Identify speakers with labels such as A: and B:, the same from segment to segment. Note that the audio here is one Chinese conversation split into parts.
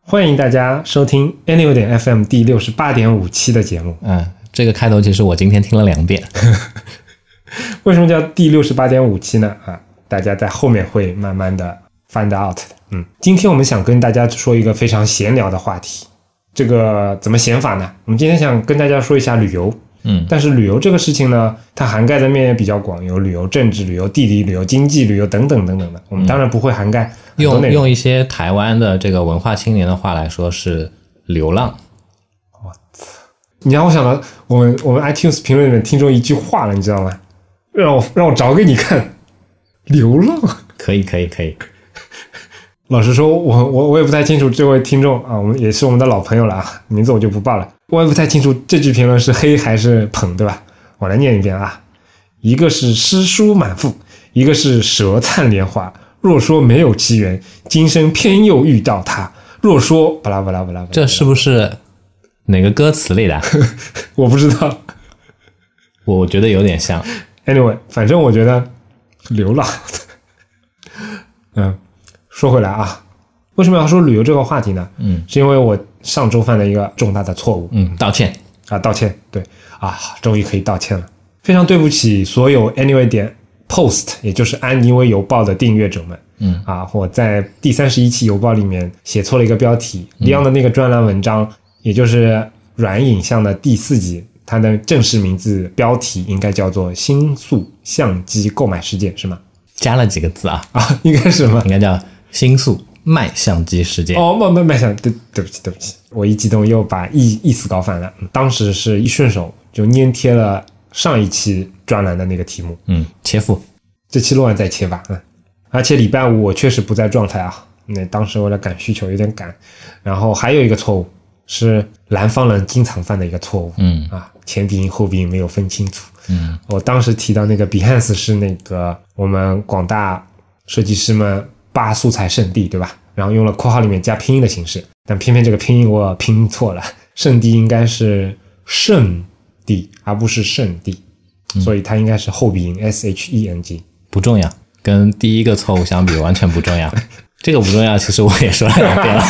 A: 欢迎大家收听 a n y w 点 FM 第六十八点五期的节目。
B: 嗯，这个开头其实我今天听了两 遍。
A: 为什么叫第六十八点五期呢？啊，大家在后面会慢慢的 find out 的。嗯，今天我们想跟大家说一个非常闲聊的话题。这个怎么闲法呢？我们今天想跟大家说一下旅游。
B: 嗯，
A: 但是旅游这个事情呢，它涵盖的面也比较广，有旅游政治、旅游地理、旅游经济、旅游等等等等的。我们当然不会涵盖很多
B: 用
A: 内容。
B: 用一些台湾的这个文化青年的话来说是流浪。
A: 你让我想到我们我们 iTunes 评论里面听众一句话了，你知道吗？让我让我找给你看， 流浪。
B: 可以，可以，可以。
A: 老实说，我我我也不太清楚这位听众啊，我们也是我们的老朋友了啊，名字我就不报了。我也不太清楚这句评论是黑还是捧，对吧？我来念一遍啊，一个是诗书满腹，一个是舌灿莲花。若说没有奇缘，今生偏又遇到他。若说巴拉巴拉巴拉巴拉，
B: 这是不是哪个歌词里 的？
A: 我不知道。
B: 我觉得有点像。
A: Anyway，反正我觉得流浪。 嗯，说回来啊，为什么要说旅游这个话题呢？
B: 嗯
A: 是因为我上周犯了一个重大的错误
B: 嗯，道歉。
A: 啊，道歉。对啊，终于可以道歉了，非常对不起所有 Anyway 点 Post，也就是安妮微邮报的订阅者们。
B: 嗯
A: 啊，我在第三十一期邮报里面写错了一个标题，李昂的那个专栏文章，也就是软影像的第四集，它的正式名字标题应该叫做《新宿相机购买事件》是吗？
B: 加了几个字啊，
A: 啊，应该是吗？
B: 应该叫新宿卖相机事件。
A: 哦，慢慢慢想，对对不起，对不起，我一激动又把意意思搞反了。嗯当时是一顺手就粘贴了上一期专栏的那个题目，
B: 嗯，切腹。
A: 这期录完再切吧。嗯，而且礼拜五我确实不在状态啊，那当时为了赶需求有点赶。然后还有一个错误是南方人经常犯的一个错误，
B: 嗯
A: 啊，前鼻音后鼻音没有分清楚。
B: 嗯
A: 我当时提到那个 Behance 是那个我们广大设计师们扒素材圣地，对吧？然后用了括号里面加拼音的形式，但偏偏这个拼音我拼错了， 圣地应该是圣地，而不是圣地，
B: 嗯
A: 所以它应该是后鼻音 S H E N G。
B: 不重要，跟第一个错误相比完全不 重要。这个不重要，其实我也说了两遍了。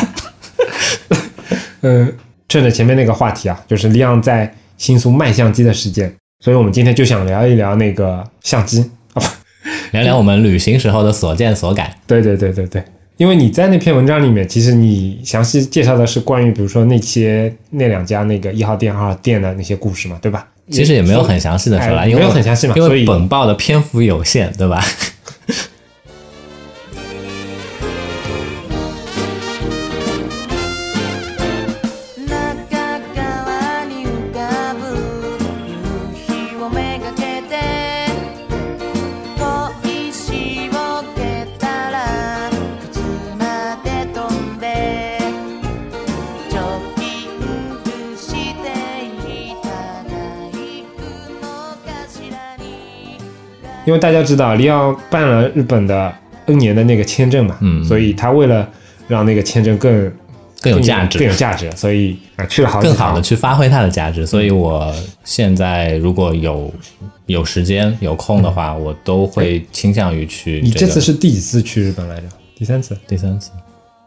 A: 嗯，趁着前面那个话题啊，就是利昂在新宿卖相机的事件，所以我们今天就想聊一聊那个相机啊，不
B: 聊聊我们旅行时候的所见所感。
A: 对对对对对，因为你在那篇文章里面，其实你详细介绍的是关于比如说那些那两家那个一号店、二号店的那些故事嘛，对吧？
B: 其实也没有很详细的说啦，
A: 哎
B: 因为
A: 没有很详细嘛
B: 因
A: 所以
B: 为本报的篇幅有限，对吧？
C: 中川に浮かぶ夕日をめがけて小石を蹴ったら靴まで飛んでジョギングしていた大工の頭に
A: 因为大家知道利奥办了日本的 N 年的那个签证嘛，
B: 嗯
A: 所以他为了让那个签证更
B: 更有价值
A: 更有价值，所以啊去了好几
B: 更
A: 趟
B: 好的去发挥它的价值。所
A: 嗯
B: 以我现在如果有有时间有空的话，我都会倾向于去、
A: 嗯你
B: 这个。
A: 这次是第几次去日本来着？第三次。
B: 第三次，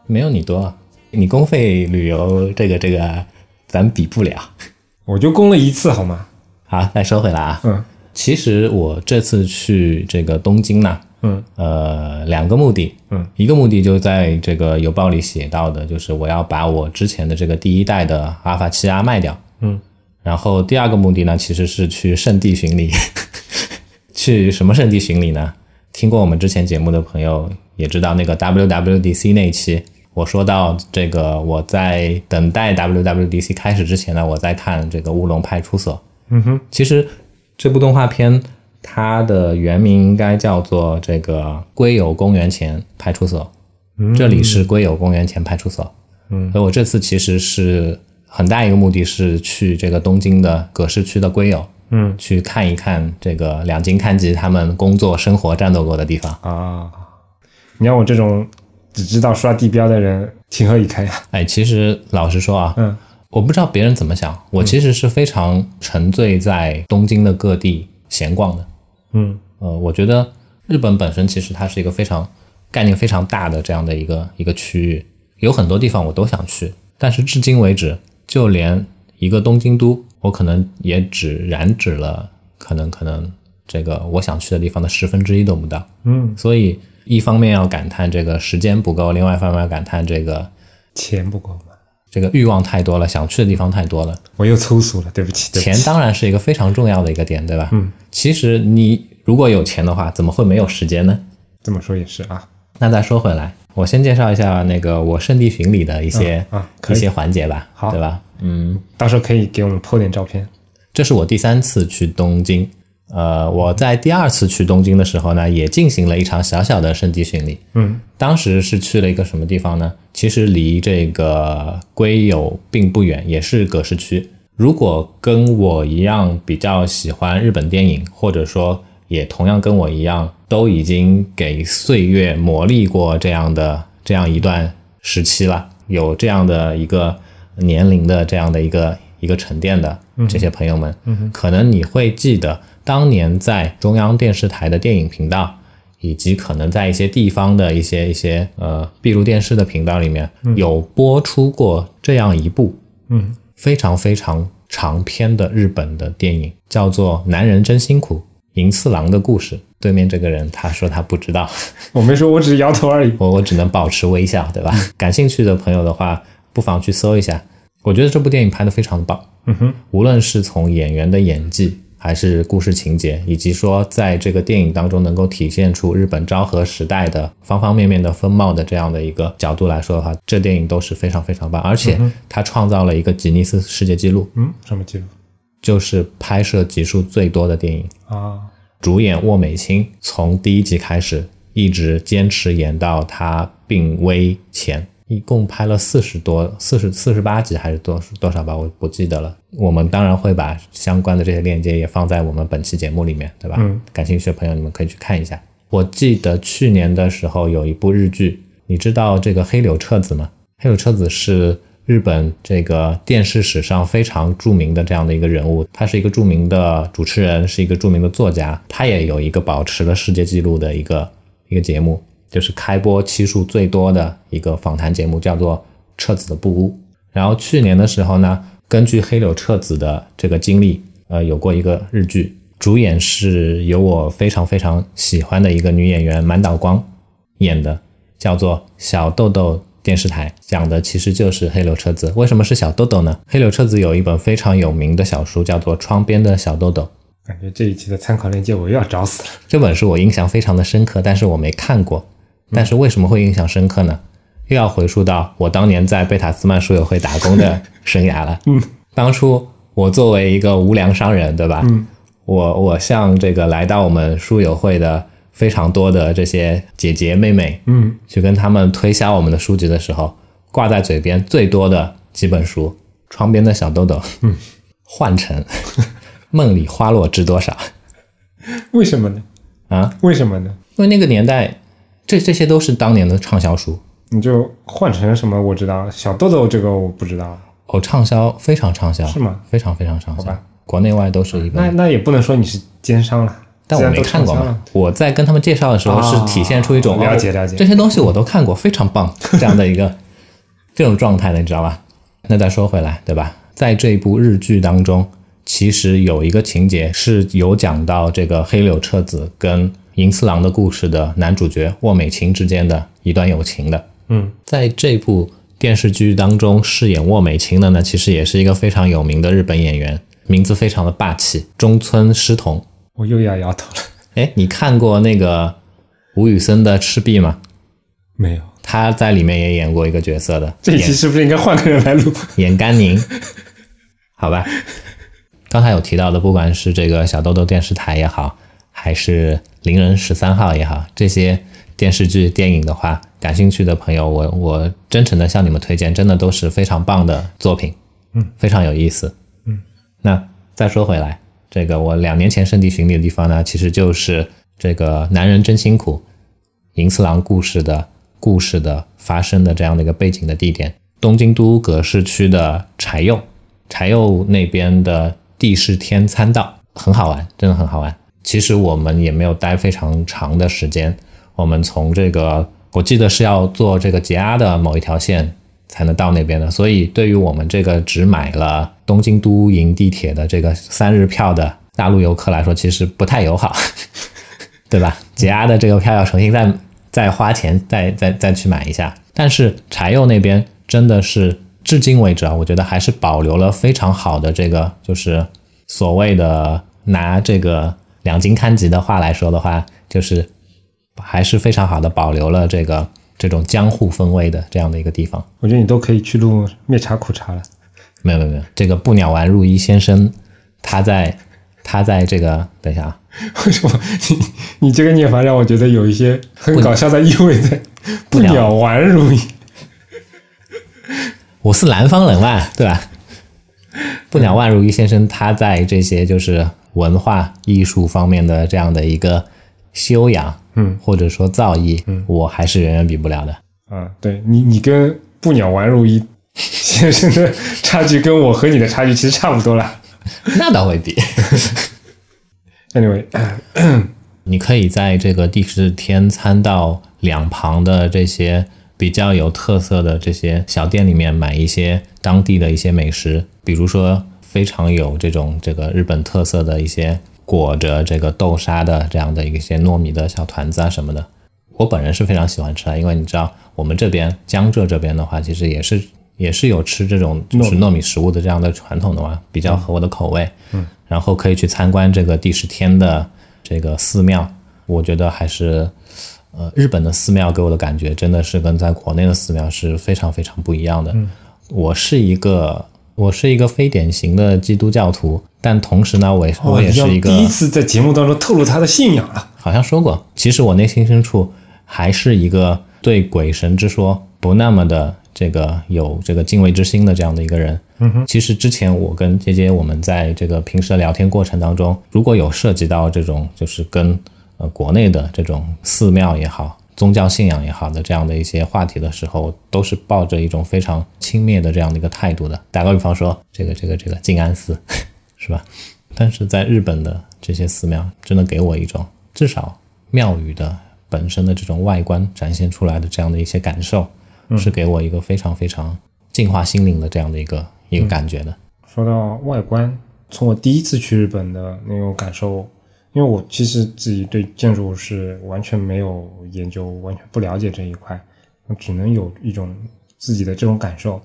B: 没有你多啊。你公费旅游这个这个，咱比不了。
A: 我就攻了一次，好吗？
B: 好，再说回来啊，
A: 嗯
B: 其实我这次去这个东京呢，
A: 嗯
B: 呃，两个目的，
A: 嗯，
B: 一个目的就在这个邮报里写到的，就是我要把我之前的这个第一代的阿尔法七 R 卖掉，
A: 嗯，
B: 然后第二个目的呢，其实是去圣地巡礼， 去什么圣地巡礼呢？听过我们之前节目的朋友也知道，那个 WWDC 那一期，我说到这个我在等待 WWDC 开始之前呢，我在看这个《乌龙派出所》，
A: 嗯哼，
B: 其实这部动画片它的原名应该叫做这个龟友公园前派出所，这里是龟友公园前派出所。
A: 嗯，
B: 所以我这次其实是很大一个目的是去这个东京的葛饰区的龟友
A: 嗯
B: 去看一看这个两津勘吉他们工作、生活、战斗过的地方。
A: 啊，你让我这种只知道刷地标的人情何以堪呀？
B: 哎，其实老实说啊，
A: 嗯，
B: 我不知道别人怎么想，我其实是非常沉醉在东京的各地闲逛的。
A: 嗯
B: 呃，我觉得日本本身其实它是一个非常概念非常大的这样的一个一个区域，有很多地方我都想去，但是至今为止，就连一个东京都，我可能也只染指了可能可能这个我想去的地方的十分之一都不到。
A: 嗯，
B: 所以一方面要感叹这个时间不够，另外一方面要感叹这个
A: 钱不够嘛，
B: 这个欲望太多了，想去的地方太多了。
A: 我又粗俗了，对不起，对不
B: 钱
A: 起。
B: 当然是一个非常重要的一个点，对吧？嗯，其实你如果有钱的话，怎么会没有时间呢？
A: 这么说也是啊，
B: 那再说回来，我先介绍一下那个我圣地巡礼的一些、
A: 嗯啊可
B: 一
A: 以
B: 些环节吧，
A: 好
B: 对吧？嗯，
A: 到时候可以给我们 PO 点照片。
B: 这是我第三次去东京。呃，我在第二次去东京的时候呢，也进行了一场小小的圣地巡礼。
A: 嗯，
B: 当时是去了一个什么地方呢？其实离这个龟友并不远，也是葛饰区。如果跟我一样比较喜欢日本电影，或者说也同样跟我一样，都已经给岁月磨砺过这样的这样一段时期了，有这样的一个年龄的这样的一个一个沉淀的这些朋友们，可能你会记得当年在中央电视台的电影频道。以及可能在一些地方的一些一些呃闭路电视的频道里面、有播出过这样一部
A: 嗯
B: 非常非常长篇的日本的电影，叫做《男人真辛苦》，银次郎的故事。对面这个人他说他不知道，
A: 我没说，我只是摇头而已。
B: 我我只能保持微笑，对吧？感兴趣的朋友的话，不妨去搜一下。我觉得这部电影拍得非常棒，
A: 嗯哼，
B: 无论是从演员的演技，还是故事情节，以及说在这个电影当中能够体现出日本昭和时代的方方面面的风貌的这样的一个角度来说的话，这电影都是非常非常棒，而且它创造了一个吉尼斯世界纪录，
A: 嗯，什么记录
B: 就是拍摄集数最多的电影。
A: 啊？
B: 主演沃美清从第一集开始一直坚持演到她病危前，一共拍了四十多、四十四十八集还是多多少吧，我不记得了。我们当然会把相关的这些链接也放在我们本期节目里面，对吧？
A: 嗯，
B: 感兴趣的朋友你们可以去看一下。我记得去年的时候有一部日剧，你知道这个黑柳彻子吗？黑柳彻子是日本这个电视史上非常著名的这样的一个人物，他是一个著名的主持人，是一个著名的作家，他也有一个保持了世界纪录的一个一个节目，就是开播期数最多的一个访谈节目，叫做《彻子的布屋》。然后去年的时候呢，根据黑柳彻子的这个经历，呃，有过一个日剧，主演是由我非常非常喜欢的一个女演员满岛光演的，叫做《小豆豆电视台》，讲的其实就是黑柳彻子。为什么是小豆豆呢？黑柳彻子有一本非常有名的小书，叫做《窗边的小豆豆》。
A: 感觉这一期的参考链接我又要找死了。
B: 这本书我印象非常的深刻，但是我没看过。但是为什么会印象深刻呢？又要回溯到我当年在贝塔斯曼书友会打工的生涯了。嗯， 当初我作为一个无良商人，对吧？嗯，我我向这个来到我们书友会的非常多的这些姐姐妹妹，
A: 嗯，
B: 去跟他们推销我们的书籍的时候，挂在嘴边最多的几本书，《窗边的小豆豆》、嗯，《幻城》、 《梦里花落知多少》
A: 为什么呢？
B: 啊。
A: 为什么呢？
B: 因为那个年代，这这些都是当年的畅销书
A: 你就换成什么？我知道小豆豆这个我不知道。
B: 哦，畅销非常畅销，
A: 是吗？
B: 非常非常畅
A: 好
B: 销
A: 吧，
B: 国内外都是一
A: 那
B: 本。
A: 那也不能说你是奸商了，
B: 嗯但
A: 既
B: 我
A: 然
B: 没
A: 都
B: 看过
A: 上香
B: 嘛
A: 了，
B: 我在跟他们介绍的时候
A: 啊
B: 是体现出一种、
A: 了解
B: 哦
A: 了解
B: 这些东西我都看过，非常棒 这样的一个这种状态的，你知道吧？那再说回来，对吧？在这部日剧当中，其实有一个情节是有讲到这个黑柳彻子跟银次郎的故事的男主角沃美晴之间的一段友情的。
A: 嗯
B: 在这部电视剧当中饰演沃美清的呢，其实也是一个非常有名的日本演员，名字非常的霸气，中村狮童。
A: 我又要摇头 了。
B: 哎，你看过那个吴宇森的《赤壁》吗？
A: 没有，
B: 他在里面也演过一个角色的，
A: 这一期是不是应该换个人来录？
B: 演甘宁，好吧。刚才有提到的，不管是这个小豆豆电视台也好，还是《邻人十三号》也好，这些电视剧、电影的话，感兴趣的朋友，我我真诚的向你们推荐，真的都是非常棒的作品，
A: 嗯，
B: 非常有意思，
A: 嗯。
B: 那再说回来，这个我两年前圣地巡礼的地方呢，其实就是这个《男人真辛苦》银次郎故事的故事的发生的这样的一个背景的地点——东京都葛饰区的柴又，柴又那边的地势天参道很好玩，真的很好玩。其实我们也没有待非常长的时间，我们从这个我记得是要坐这个捷阿的某一条线才能到那边的，所以对于我们这个只买了东京都营地铁的这个三日票的大陆游客来说，其实不太友好，对吧？捷阿的这个票要重新再再花钱再再再去买一下，但是柴又那边真的是至今为止啊，我觉得还是保留了非常好的这个就是所谓的拿这个两津勘吉的话来说的话，就是还是非常好的保留了这个这种江户风味的这样的一个地方。
A: 我觉得你都可以去录灭茶苦茶了。
B: 没有没有没有，这个不鸟丸入一先生，他在他在这个等一下啊，
A: 为什么你你这个念法让我觉得有一些很搞笑的意味 在？不
B: 鸟
A: 鸟丸如意，
B: 我是南方人嘛，对吧？ 不鸟万如一先生，他在这些就是文化艺术方面的这样的一个修养，
A: 嗯，
B: 或者说造诣，嗯，我还是远远比不了的。
A: 啊，对你你跟不鸟丸如一先生的差距跟我和你的差距其实差不多了。
B: 那倒未必。
A: Anyway，
B: 你可以在这个地势天参道两旁的这些比较有特色的这些小店里面买一些当地的一些美食，比如说非常有这种这个日本特色的一些裹着这个豆沙的这样的一些糯米的小团子啊什么的。我本人是非常喜欢吃啊，因为你知道我们这边江浙这边的话，其实也是也是有吃这种就是糯米食物的这样的传统的嘛，比较合我的口味。嗯，然后可以去参观这个第十天的这个寺庙，我觉得还是呃日本的寺庙给我的感觉真的是跟在国内的寺庙是非常非常不一样的。
A: 嗯
B: 我是一个。我是一个非典型的基督教徒，但同时呢，我也我
A: 哇哦
B: 也
A: 你
B: 是
A: 要
B: 一个
A: 第一次在节目当中透露他的信仰了。
B: 好像说过，其实我内心深处还是一个对鬼神之说不那么的这个有这个敬畏之心的这样的一个人。嗯哼，其实之前我跟杰杰我们在这个平时的聊天过程当中，如果有涉及到这种就是跟呃国内的这种寺庙也好。宗教信仰也好的这样的一些话题的时候，都是抱着一种非常轻蔑的这样的一个态度的。打个比方说，这个这个这个静安寺， 是吧？但是在日本的这些寺庙，真的给我一种至少庙宇的本身的这种外观展现出来的这样的一些感受，
A: 嗯
B: 是给我一个非常非常净化心灵的这样的一个一个感觉的。
A: 说到外观，从我第一次去日本的那种感受，因为我其实自己对建筑是完全没有研究，完全不了解这一块，我只能有一种自己的这种感受。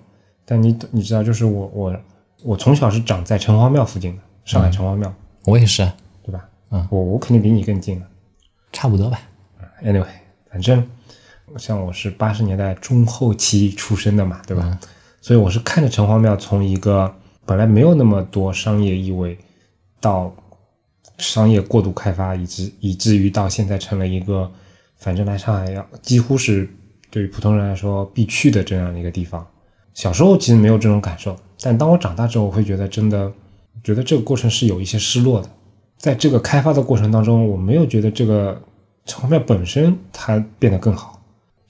A: 但你你知道，就是我我我从小是长在城隍庙附近的，上海城隍庙，
B: 我也是，
A: 对吧？
B: 嗯
A: 我我肯定比你更近了。
B: 差不多吧。
A: Anyway，反正像我是八十年代中后期出生的嘛，对吧？所以我是看着城隍庙从一个本来没有那么多商业意味，到商业过度开发，以至以至于到现在成了一个，反正来上海要几乎是对于普通人来说必去的这样的一个地方。小时候其实没有这种感受，但当我长大之后，我会觉得真的，觉得这个过程是有一些失落的。在这个开发的过程当中，我没有觉得这个城隍庙本身它变得更好，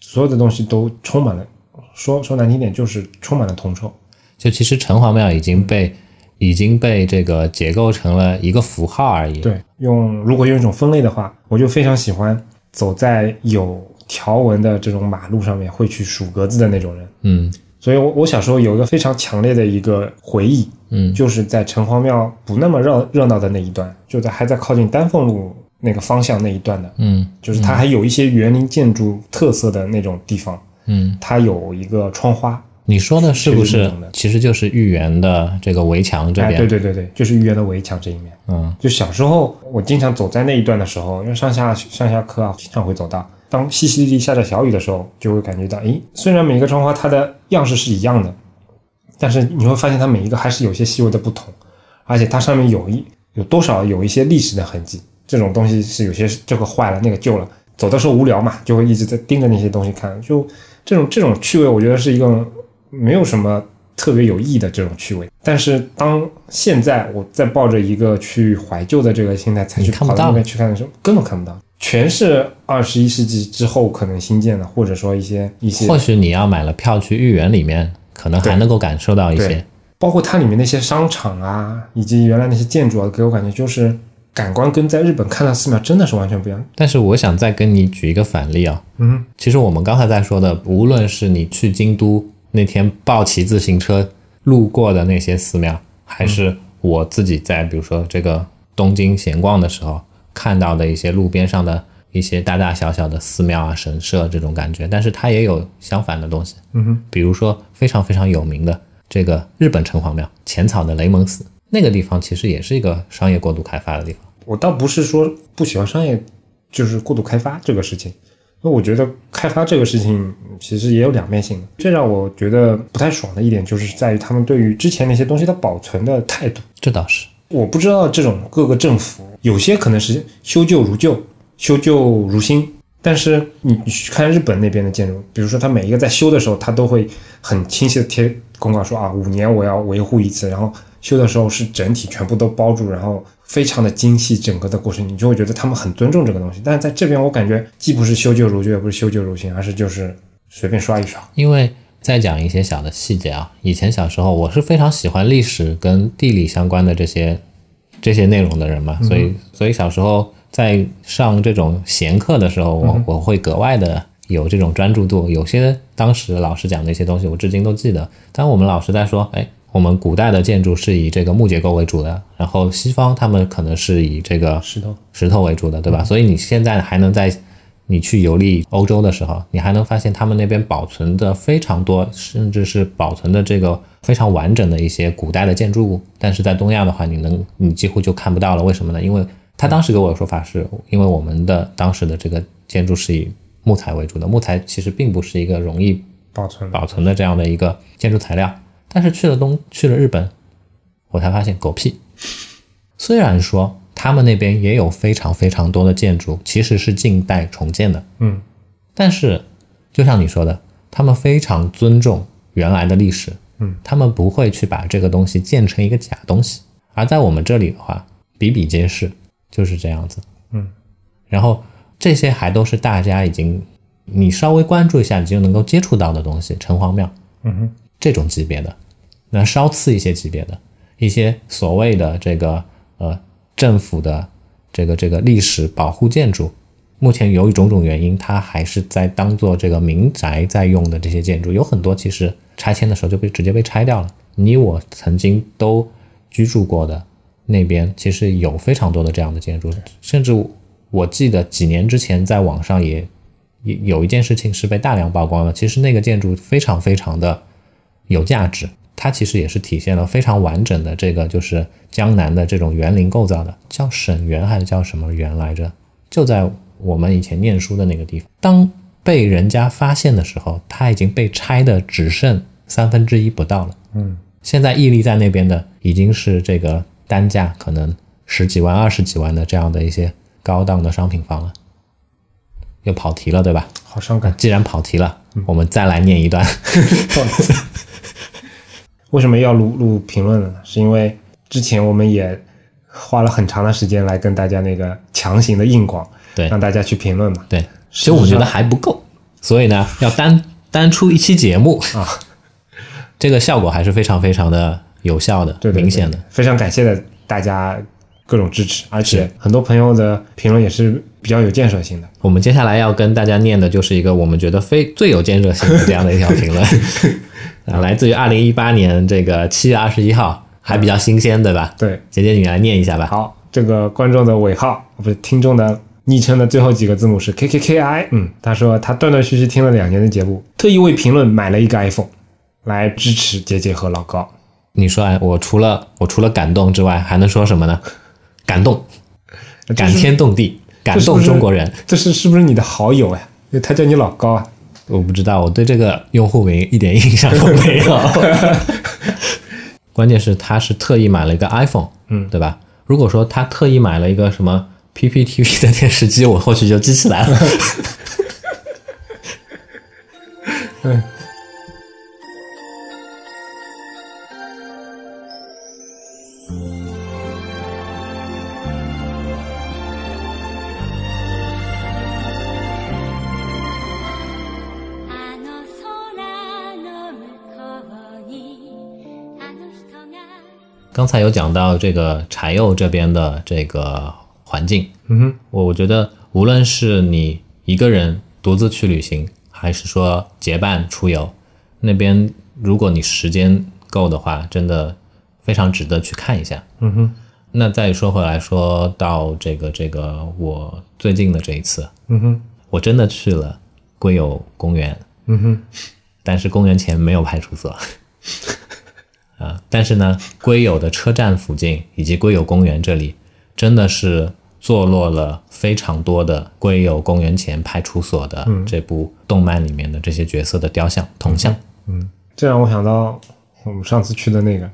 A: 所有的东西都充满了，说说难听点就是充满了铜臭。
B: 就其实城隍庙已经被已经被这个解构成了一个符号而已。，
A: 对，用如果用一种分类的话，我就非常喜欢走在有条纹的这种马路上面会去数格子的那种人。
B: 嗯
A: 所以我，我小时候有一个非常强烈的一个回忆，
B: 嗯
A: 就是在城隍庙不那么热热闹的那一段，就在还在靠近丹凤路那个方向那一段的，
B: 嗯
A: 就是它还有一些园林建筑特色的那种地方，
B: 嗯，
A: 它有一个窗花，
B: 你说的是不
A: 是
B: 是
A: 这种的？
B: 其实就是豫园的这个围墙这
A: 哎，
B: 边。
A: 对对对对，就是豫园的围墙这一面。
B: 嗯
A: 就小时候，我经常走在那一段的时候，因为上下上下课啊，经常会走到。当淅淅沥沥下着小雨的时候，就会感觉到，诶，虽然每个窗花它的样式是一样的，但是你会发现它每一个还是有些细微的不同，而且它上面有一有多少有一些历史的痕迹。这种东西是有些这个坏了，那个旧了。走的时候无聊嘛，就会一直在盯着那些东西看。就这种这种趣味，我觉得是一个没有什么特别有意义的这种趣味。但是当现在我再抱着一个去怀旧的这个心态才
B: 你
A: 去
B: 看
A: 跑
B: 不到
A: 到那边去看的时候，根本看不到，全是二十一世纪之后可能新建的，或者说一些一些
B: 或许你要买了票去豫园里面，可能还
A: 对
B: 能够感受到一
A: 对
B: 些。
A: 包括它里面那些商场啊，以及原来那些建筑啊，给我感觉就是感官跟在日本看到寺庙真的是完全不一样。
B: 但是我想再跟你举一个反例啊，
A: 嗯，
B: 其实我们刚才在说的，无论是你去京都那天抱骑自行车路过的那些寺庙，还是
A: 嗯
B: 我自己在比如说这个东京闲逛的时候看到的一些路边上的一些大大小小的寺庙啊、神社这种感觉，但是它也有相反的东西。
A: 嗯哼，
B: 比如说非常非常有名的这个日本城隍庙浅草的雷蒙寺，那个地方其实也是一个商业过度开发的地方。
A: 我倒不是说不喜欢商业，就是过度开发这个事情。那我觉得开发这个事情嗯其实也有两面性的，最让我觉得不太爽的一点就是在于他们对于之前那些东西的保存的态度。
B: 这倒是，
A: 我不知道这种各个政府有些可能是修旧如旧，修旧如新，但是你你去看日本那边的建筑，比如说它每一个在修的时候，它都会很清晰的贴公告说啊，五年我要维护一次，然后修的时候是整体全部都包住，然后非常的精细，整个的过程你就会觉得他们很尊重这个东西。但是在这边我感觉既不是修旧如旧，也不是修旧如新，而是就是随便刷一刷。
B: 因为再讲一些小的细节啊，以前小时候我是非常喜欢历史跟地理相关的这些这些内容的人
A: 嗯
B: 嘛，所以所以小时候在上这种闲课的时候，
A: 嗯
B: 我我会格外的。有这种专注度，有些当时老师讲的一些东西，我至今都记得。当我们老师在说，哎，我们古代的建筑是以这个木结构为主的，然后西方他们可能是以这个
A: 石头
B: 石头为主的，对吧？所以你现在还能在你去游历欧洲的时候，你还能发现他们那边保存的非常多，甚至是保存的这个非常完整的一些古代的建筑物。但是在东亚的话，你能你几乎就看不到了。为什么呢？因为他当时给我的说法是，因为我们的当时的这个建筑是以木材为主的，木材其实并不是一个容易
A: 保存
B: 保存的这样的一个建筑材料。但是去了东去了日本，我才发现狗屁。虽然说他们那边也有非常非常多的建筑，其实是近代重建的，
A: 嗯，
B: 但是就像你说的，他们非常尊重原来的历史，
A: 嗯，
B: 他们不会去把这个东西建成一个假东西。而在我们这里的话，比比皆是，就是这样子。然后这些还都是大家已经你稍微关注一下，你就能够接触到的东西，城隍庙
A: 嗯哼，
B: 这种级别的，那稍次一些级别的，一些所谓的这个呃政府的这个这个历史保护建筑，目前由于种种原因，它还是在当做这个民宅在用的这些建筑，有很多其实拆迁的时候就被直接被拆掉了。你我曾经都居住过的那边，其实有非常多的这样的建筑，甚至我我记得几年之前在网上也也有一件事情是被大量曝光的。其实那个建筑非常非常的有价值，它其实也是体现了非常完整的这个就是江南的这种园林构造的，叫沈园还是叫什么园来着？就在我们以前念书的那个地方。当被人家发现的时候，它已经被拆的只剩三分之一不到了。
A: 嗯，
B: 现在屹立在那边的已经是这个单价可能十几万、二十几万的这样的一些高档的商品房了。又跑题了，对吧？
A: 好伤感。
B: 既然跑题了，我们再来念一段。
A: 为什么要录录评论呢？是因为之前我们也花了很长的时间来跟大家那个强行的硬广，
B: 对
A: 让大家去评论嘛。
B: 对，其实我觉得还不够，所以呢，要单单出一期节目啊， 这个效果还是非常非常的有效的，
A: 对对对
B: 明显的。
A: 非常感谢的大家各种支持，而且很多朋友的评论也是比较有建设性的。
B: 我们接下来要跟大家念的就是一个我们觉得非最有建设性的这样的一条 评论，啊，来自于二零一八年这个七月二十一号，还比较新鲜，对吧？
A: 对，
B: 姐姐你来念一下吧。
A: 好，这个观众的尾号不是听众的昵称的最后几个字母是 K K K I。嗯，他说他断断续续听了两年的节目，特意为评论买了一个 iPhone 来支持姐姐和老高。
B: 你说，哎，我除了我除了感动之外，还能说什么呢？感动，感天动地，感
A: 这是不
B: 动
A: 是
B: 中国人。
A: 这是是不是你的好友呀、他叫你老高啊。
B: 我不知道，我对这个用户名一点印象都没有。关键是他是特意买了一个 iPhone，
A: 嗯
B: 对吧？如果说他特意买了一个什么 PPTV 的电视机，我或许就记起来了。
D: あの空の向こうにあの人が
B: 刚才有讲到这个柴油这边的这个环境。
A: 嗯哼，
B: 我我觉得，无论是你一个人独自去旅行，还是说结伴出游，那边如果你时间够的话，真的非常值得去看一下。
A: 嗯哼，
B: 那再说回来说到这个这个，我最近的这一次，
A: 嗯哼，
B: 我真的去了龟友公园，
A: 嗯哼，
B: 但是公园前没有派出所。 啊，但是呢，龟友的车站附近以及龟友公园这里，真的是坐落了非常多的龟友公园前派出所的这部动漫里面的这些角色的雕像、铜像。
A: 这让我想到我们上次去的那个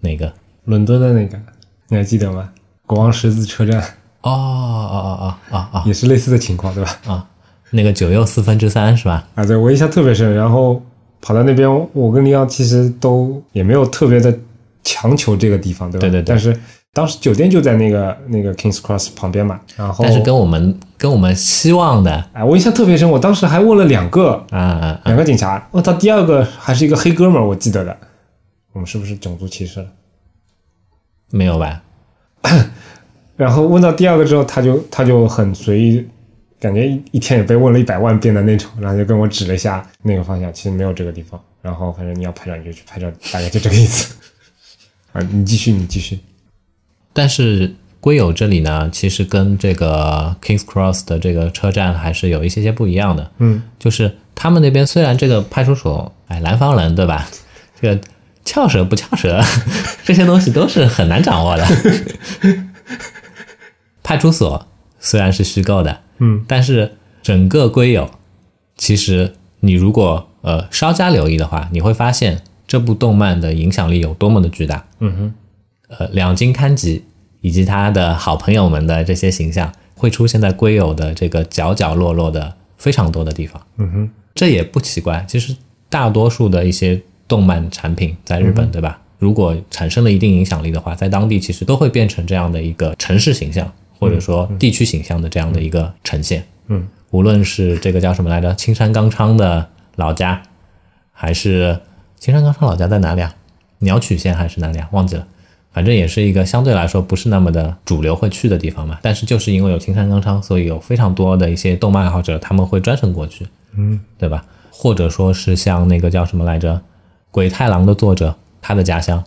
B: 哪个？
A: 伦敦的那个，你还记得吗？国王十字车站
B: 哦哦哦哦哦哦
A: 也是类似的情况，对吧？
B: 哦，那个九又四分之三是吧？
A: 啊，对我印象特别深。然后跑到那边，我跟林阳其实都也没有特别的强求这个地方，对吧？
B: 对对对
A: 但是当时酒店就在那个那个 Kings Cross 旁边嘛，然后
B: 但是跟我们跟我们希望的
A: 哎，我印象特别深，我当时还问了两个
B: 啊啊啊
A: 两个警察，我操，第二个还是一个黑哥们儿，我记得的。我们是不是种族歧视了？
B: 没有吧？
A: 然后问到第二个之后，他就他就很随意，感觉一一天也被问了一百万遍的那种，然后就跟我指了一下那个方向，其实没有这个地方。然后反正你要拍照你就去拍照，大概就这个意思。 啊，你继续，你继续。
B: 但是龟友这里呢，其实跟这个 Kings Cross 的这个车站还是有一些些不一样的。
A: 嗯，
B: 就是他们那边虽然这个派出所，哎，南方人对吧？这个翘舌不翘舌， 这些东西都是很难掌握的。 派出所虽然是虚构的，
A: 嗯，
B: 但是整个龟友，其实你如果呃稍加留意的话，你会发现这部动漫的影响力有多么的巨大。
A: 嗯哼，
B: 呃两津勘吉以及他的好朋友们的这些形象，会出现在龟友的这个角角落落的非常多的地方。
A: 嗯哼，
B: 这也不奇怪。其实大多数的一些动漫产品在日本，对吧？如果产生了一定影响力的话，在当地其实都会变成这样的一个城市形象，或者说地区形象的这样的一个呈现。
A: 嗯，
B: 无论是这个叫什么来着，青山刚昌的老家，还是青山刚昌老家在哪里啊？鸟取县还是哪里啊？忘记了。反正也是一个相对来说不是那么的主流会去的地方嘛，但是就是因为有青山刚昌，所以有非常多的一些动漫爱好者他们会专程过去，对吧？或者说是像那个叫什么来着，《鬼太郎》的作者他的家乡，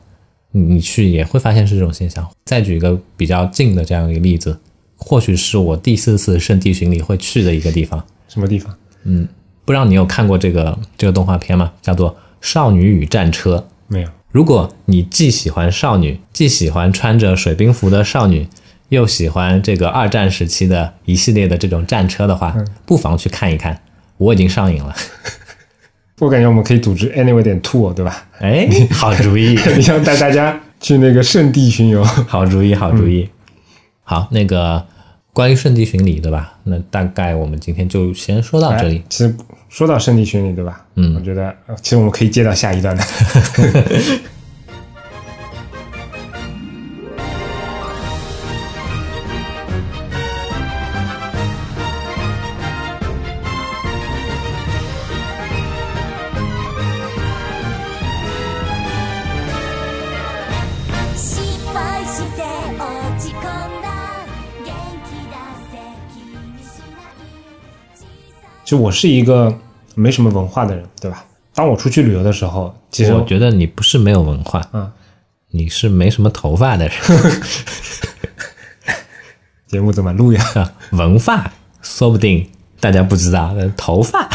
B: 你你去也会发现是这种现象。再举一个比较近的这样一个例子，或许是我第四次圣地巡礼会去的一个地方，
A: 什么地方？
B: 不知道你有看过这个这个动画片吗？叫做《少女与战车》。
A: 没有。
B: 如果你既喜欢少女，既喜欢穿着水兵服的少女，又喜欢这个二战时期的一系列的这种战车的话，不妨去看一看。我已经上瘾了。
A: 我感觉我们可以组织 anyway 点 tour，对吧？
B: 哎，好主意，
A: 你想带大家去那个圣地巡游？
B: 好主意，好主
A: 嗯
B: 意。好，那个关于圣地巡礼，对吧？那大概我们今天就先说到这里
A: 哎。其实说到圣地巡礼，对吧？嗯，我觉得呃其实我们可以接到下一段的。
D: 失敗して落ち込んだ元気出せ気にしない小さ
A: 就我是一个没什么文化的人，对吧？当我出去旅游的时候，其实
B: 我觉得你不是没有文化，
A: 嗯，
B: 你是没什么头发的人。
A: 节目怎么录呀？
B: 文化说不定大家不知道，但 头发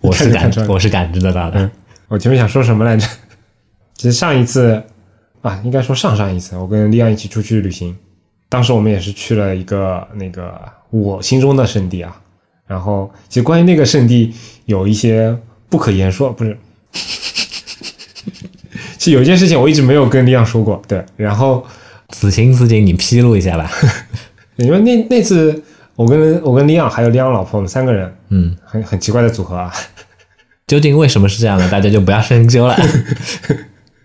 B: 我是
A: 你看
B: 感
A: 就看出来了嗯
B: 我是感知得到的。
A: 我前面想说什么来着？ 其实上一次啊，应该说上上一次，我跟利昂一起出去旅行，当时我们也是去了一个那个我心中的圣地啊。然后，其实关于那个圣地有一些不可言说，不是， 是有一件事情我一直没有跟利昂说过，对。然后，
B: 此情此景，你披露一下吧。
A: 因为那那次我跟我跟利昂还有利昂老婆，我们三个人，
B: 嗯，
A: 很很奇怪的组合啊。
B: 究竟为什么是这样的？大家就不要深 究了。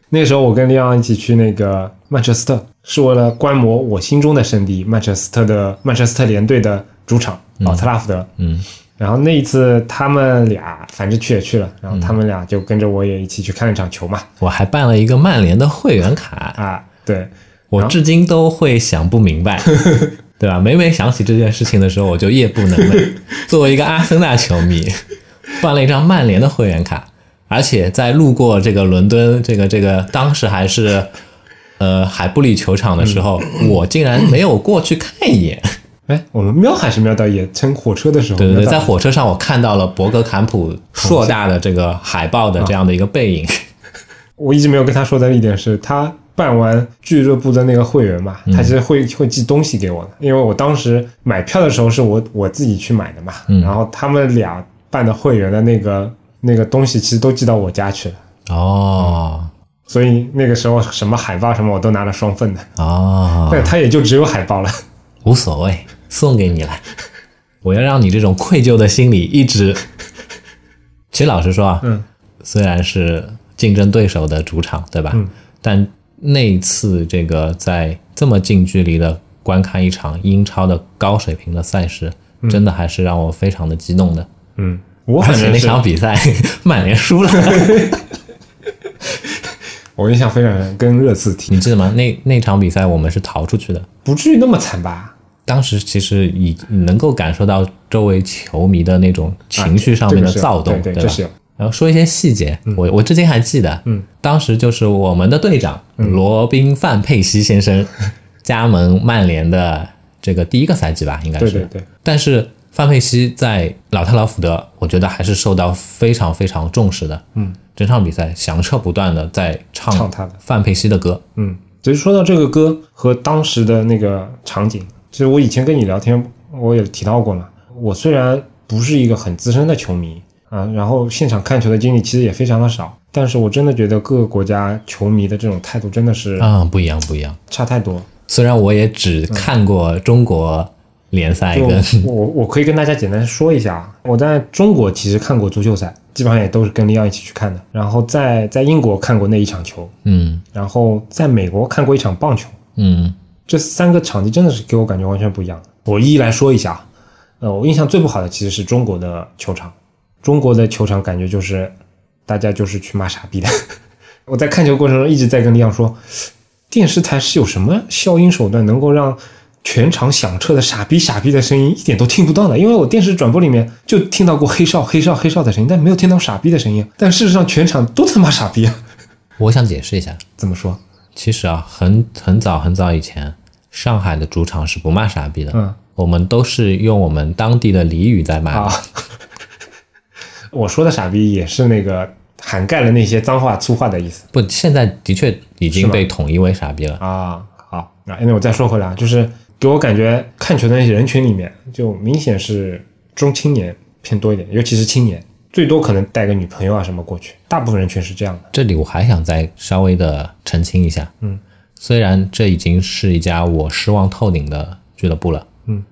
A: 那时候我跟利昂一起去那个曼彻斯特，是为了观摩我心中的圣地曼彻斯特的曼彻斯特联队的主场老特拉福德。
B: 嗯
A: 然后那一次他们俩反正去也去了，然后他们俩就跟着我也一起去看了一场球嘛。
B: 我还办了一个曼联的会员卡，
A: 啊，对，
B: 我至今都会想不明白，对吧？每每想起这件事情的时候，我就夜不能 寐。作为一个阿森纳球迷，办了一张曼联的会员卡，而且在路过这个伦敦这个这个，当时还是呃海布里球场的时候，我竟然没有过去看一眼。
A: 哎，我们瞄还是瞄到一眼，乘火车的时候，
B: 对对对，
A: 瞄到
B: 在火车上我看到了伯格坎普硕大的这个海报的这样的一个背影。
A: 我一直没有跟他说的一点是，他办完俱乐部的那个会员嘛，
B: 嗯
A: 他其实会会寄东西给我的，因为我当时买票的时候是我我自己去买的嘛，
B: 嗯
A: 然后他们俩办的会员的那个那个东西其实都寄到我家去了，
B: 哦
A: 所以那个时候什么海报什么我都拿了双份的，
B: 哦，
A: 但他也就只有海报了。
B: 无所谓，送给你了。我要让你这种愧疚的心理一直。 其实老实说啊，
A: 嗯，
B: 虽然是竞争对手的主场，对吧？
A: 嗯、
B: 但那一次这个在这么近距离的观看一场英超的高水平的赛事，真的还是让我非常的激动的。
A: 嗯，我
B: 而
A: 反
B: 且
A: 正
B: 那
A: 是
B: 场比赛， 曼联 输了，
A: 我印象非常深，跟热刺踢，
B: 你记得吗？那那场比赛我们是逃出去的。
A: 不至于那么惨吧？
B: 当时其实已能够感受到周围球迷的那种啊情绪上面的躁动，
A: 啊这个是有对对这
B: 吧
A: 是有？
B: 然后说一些细节，我我至今还记得，
A: 嗯，
B: 当时就是我们的队长、罗宾范佩西先 生加盟曼联的这个第一个赛季吧，应该是。
A: 对对对，
B: 但是范佩西在老特劳福德，我觉得还是受到非常非常重视的。
A: 嗯，
B: 整场比赛响彻不断的在唱
A: 唱他的
B: 范佩西的歌，
A: 嗯，只是说到这个歌和当时的那个场景，其实我以前跟你聊天，我也提到过嘛。我虽然不是一个很资深的球迷啊，然后现场看球的经历其实也非常的少，但是我真的觉得各个国家球迷的这种态度真的是
B: 啊、不一样，不一样。
A: 差太多。
B: 虽然我也只
A: 嗯
B: 看过中国联赛
A: 就
B: 跟、
A: 我我可以跟大家简单说一下啊，我在中国其实看过足球赛，基本上也都是跟利奥一起去看的。然后在在英国看过那一场球，
B: 嗯
A: 然后在美国看过一场棒球，
B: 嗯
A: 这三个场地真的是给我感觉完全不一样。我一一来说一下，啊，呃，我印象最不好的其实是中国的球场，中国的球场感觉就是大家就是去骂傻逼的。 我在看球过程中一直在跟李阳说，电视台是有什么消音手段能够让全场响彻的傻逼傻逼的声音一点都听不到呢？因为我电视转播里面就听到过黑哨黑哨黑哨的声音，但没有听到傻逼的声音。但事实上全场都他妈傻逼啊！
B: 我想解释一下，
A: 怎么说？
B: 其实啊，很很早很早以前，上海的主场是不骂傻逼的，
A: 嗯
B: 我们都是用我们当地的俚语在骂的。
A: 啊，我说的傻逼也是那个涵盖了那些脏话粗话的意思
B: 不，现在的确已
A: 是
B: 经
A: 吗
B: 被统一为傻逼了。
A: 啊。好，那那我再说回来啊，就是给我感觉看球的人群里面，就明显是中青年偏多一点，尤其是青年，最多可能带个女朋友啊什么过去，大部分人群是这样的。
B: 这里我还想再稍微的澄清一下，
A: 嗯，
B: 虽然这已经是一家我失望透顶的俱乐部了，
A: 嗯，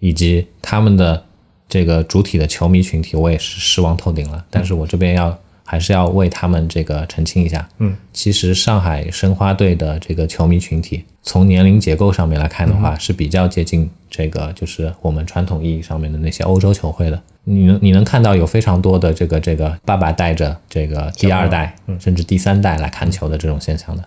B: 以及他们的这个主体的球迷群体，我也是失望透顶了。但是我这边要还是要为他们这个澄清一下，
A: 嗯，
B: 其实上海申花队的这个球迷群体，从年龄结构上面来看的
A: 嗯
B: 话，是比较接近这个就是我们传统意义上面的那些欧洲球会的。你能你能看到有非常多的这个这个爸爸带着这个第二代
A: 嗯
B: 甚至第三代来看球的这种现象的，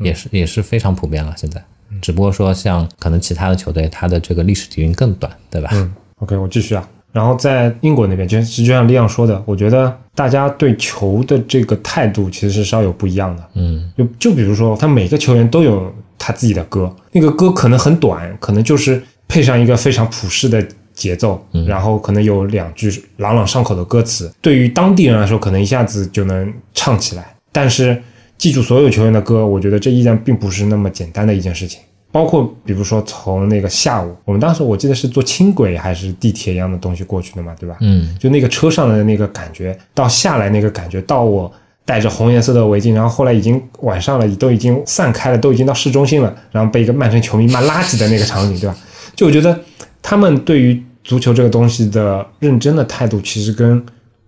B: 也是也是非常普遍了。现在，
A: 嗯
B: 只不过说像可能其他的球队，它的这个历史底蕴更短，对吧？
A: 嗯，OK，我继续啊。然后在英国那边，就就像利昂说的，我觉得大家对球的这个态度其实是稍有不一样的。
B: 嗯
A: 就就比如说，他每个球员都有他自己的歌，那个歌可能很短，可能就是配上一个非常普世的节奏，然后可能有两句朗朗上口的歌词，对于当地人来说，可能一下子就能唱起来。但是记住所有球员的歌，我觉得这依然并不是那么简单的一件事情。包括比如说从那个下午，我们当时我记得是坐轻轨还是地铁一样的东西过去的嘛，对吧？
B: 嗯
A: 就那个车上的那个感觉，到下来那个感觉，到我戴着红颜色的围巾，然后后来已经晚上了，都已经散开了，都已经到市中心了，然后被一个曼城球迷骂垃圾的那个场景，对吧？ 就我觉得他们对于足球这个东西的认真的态度，其实跟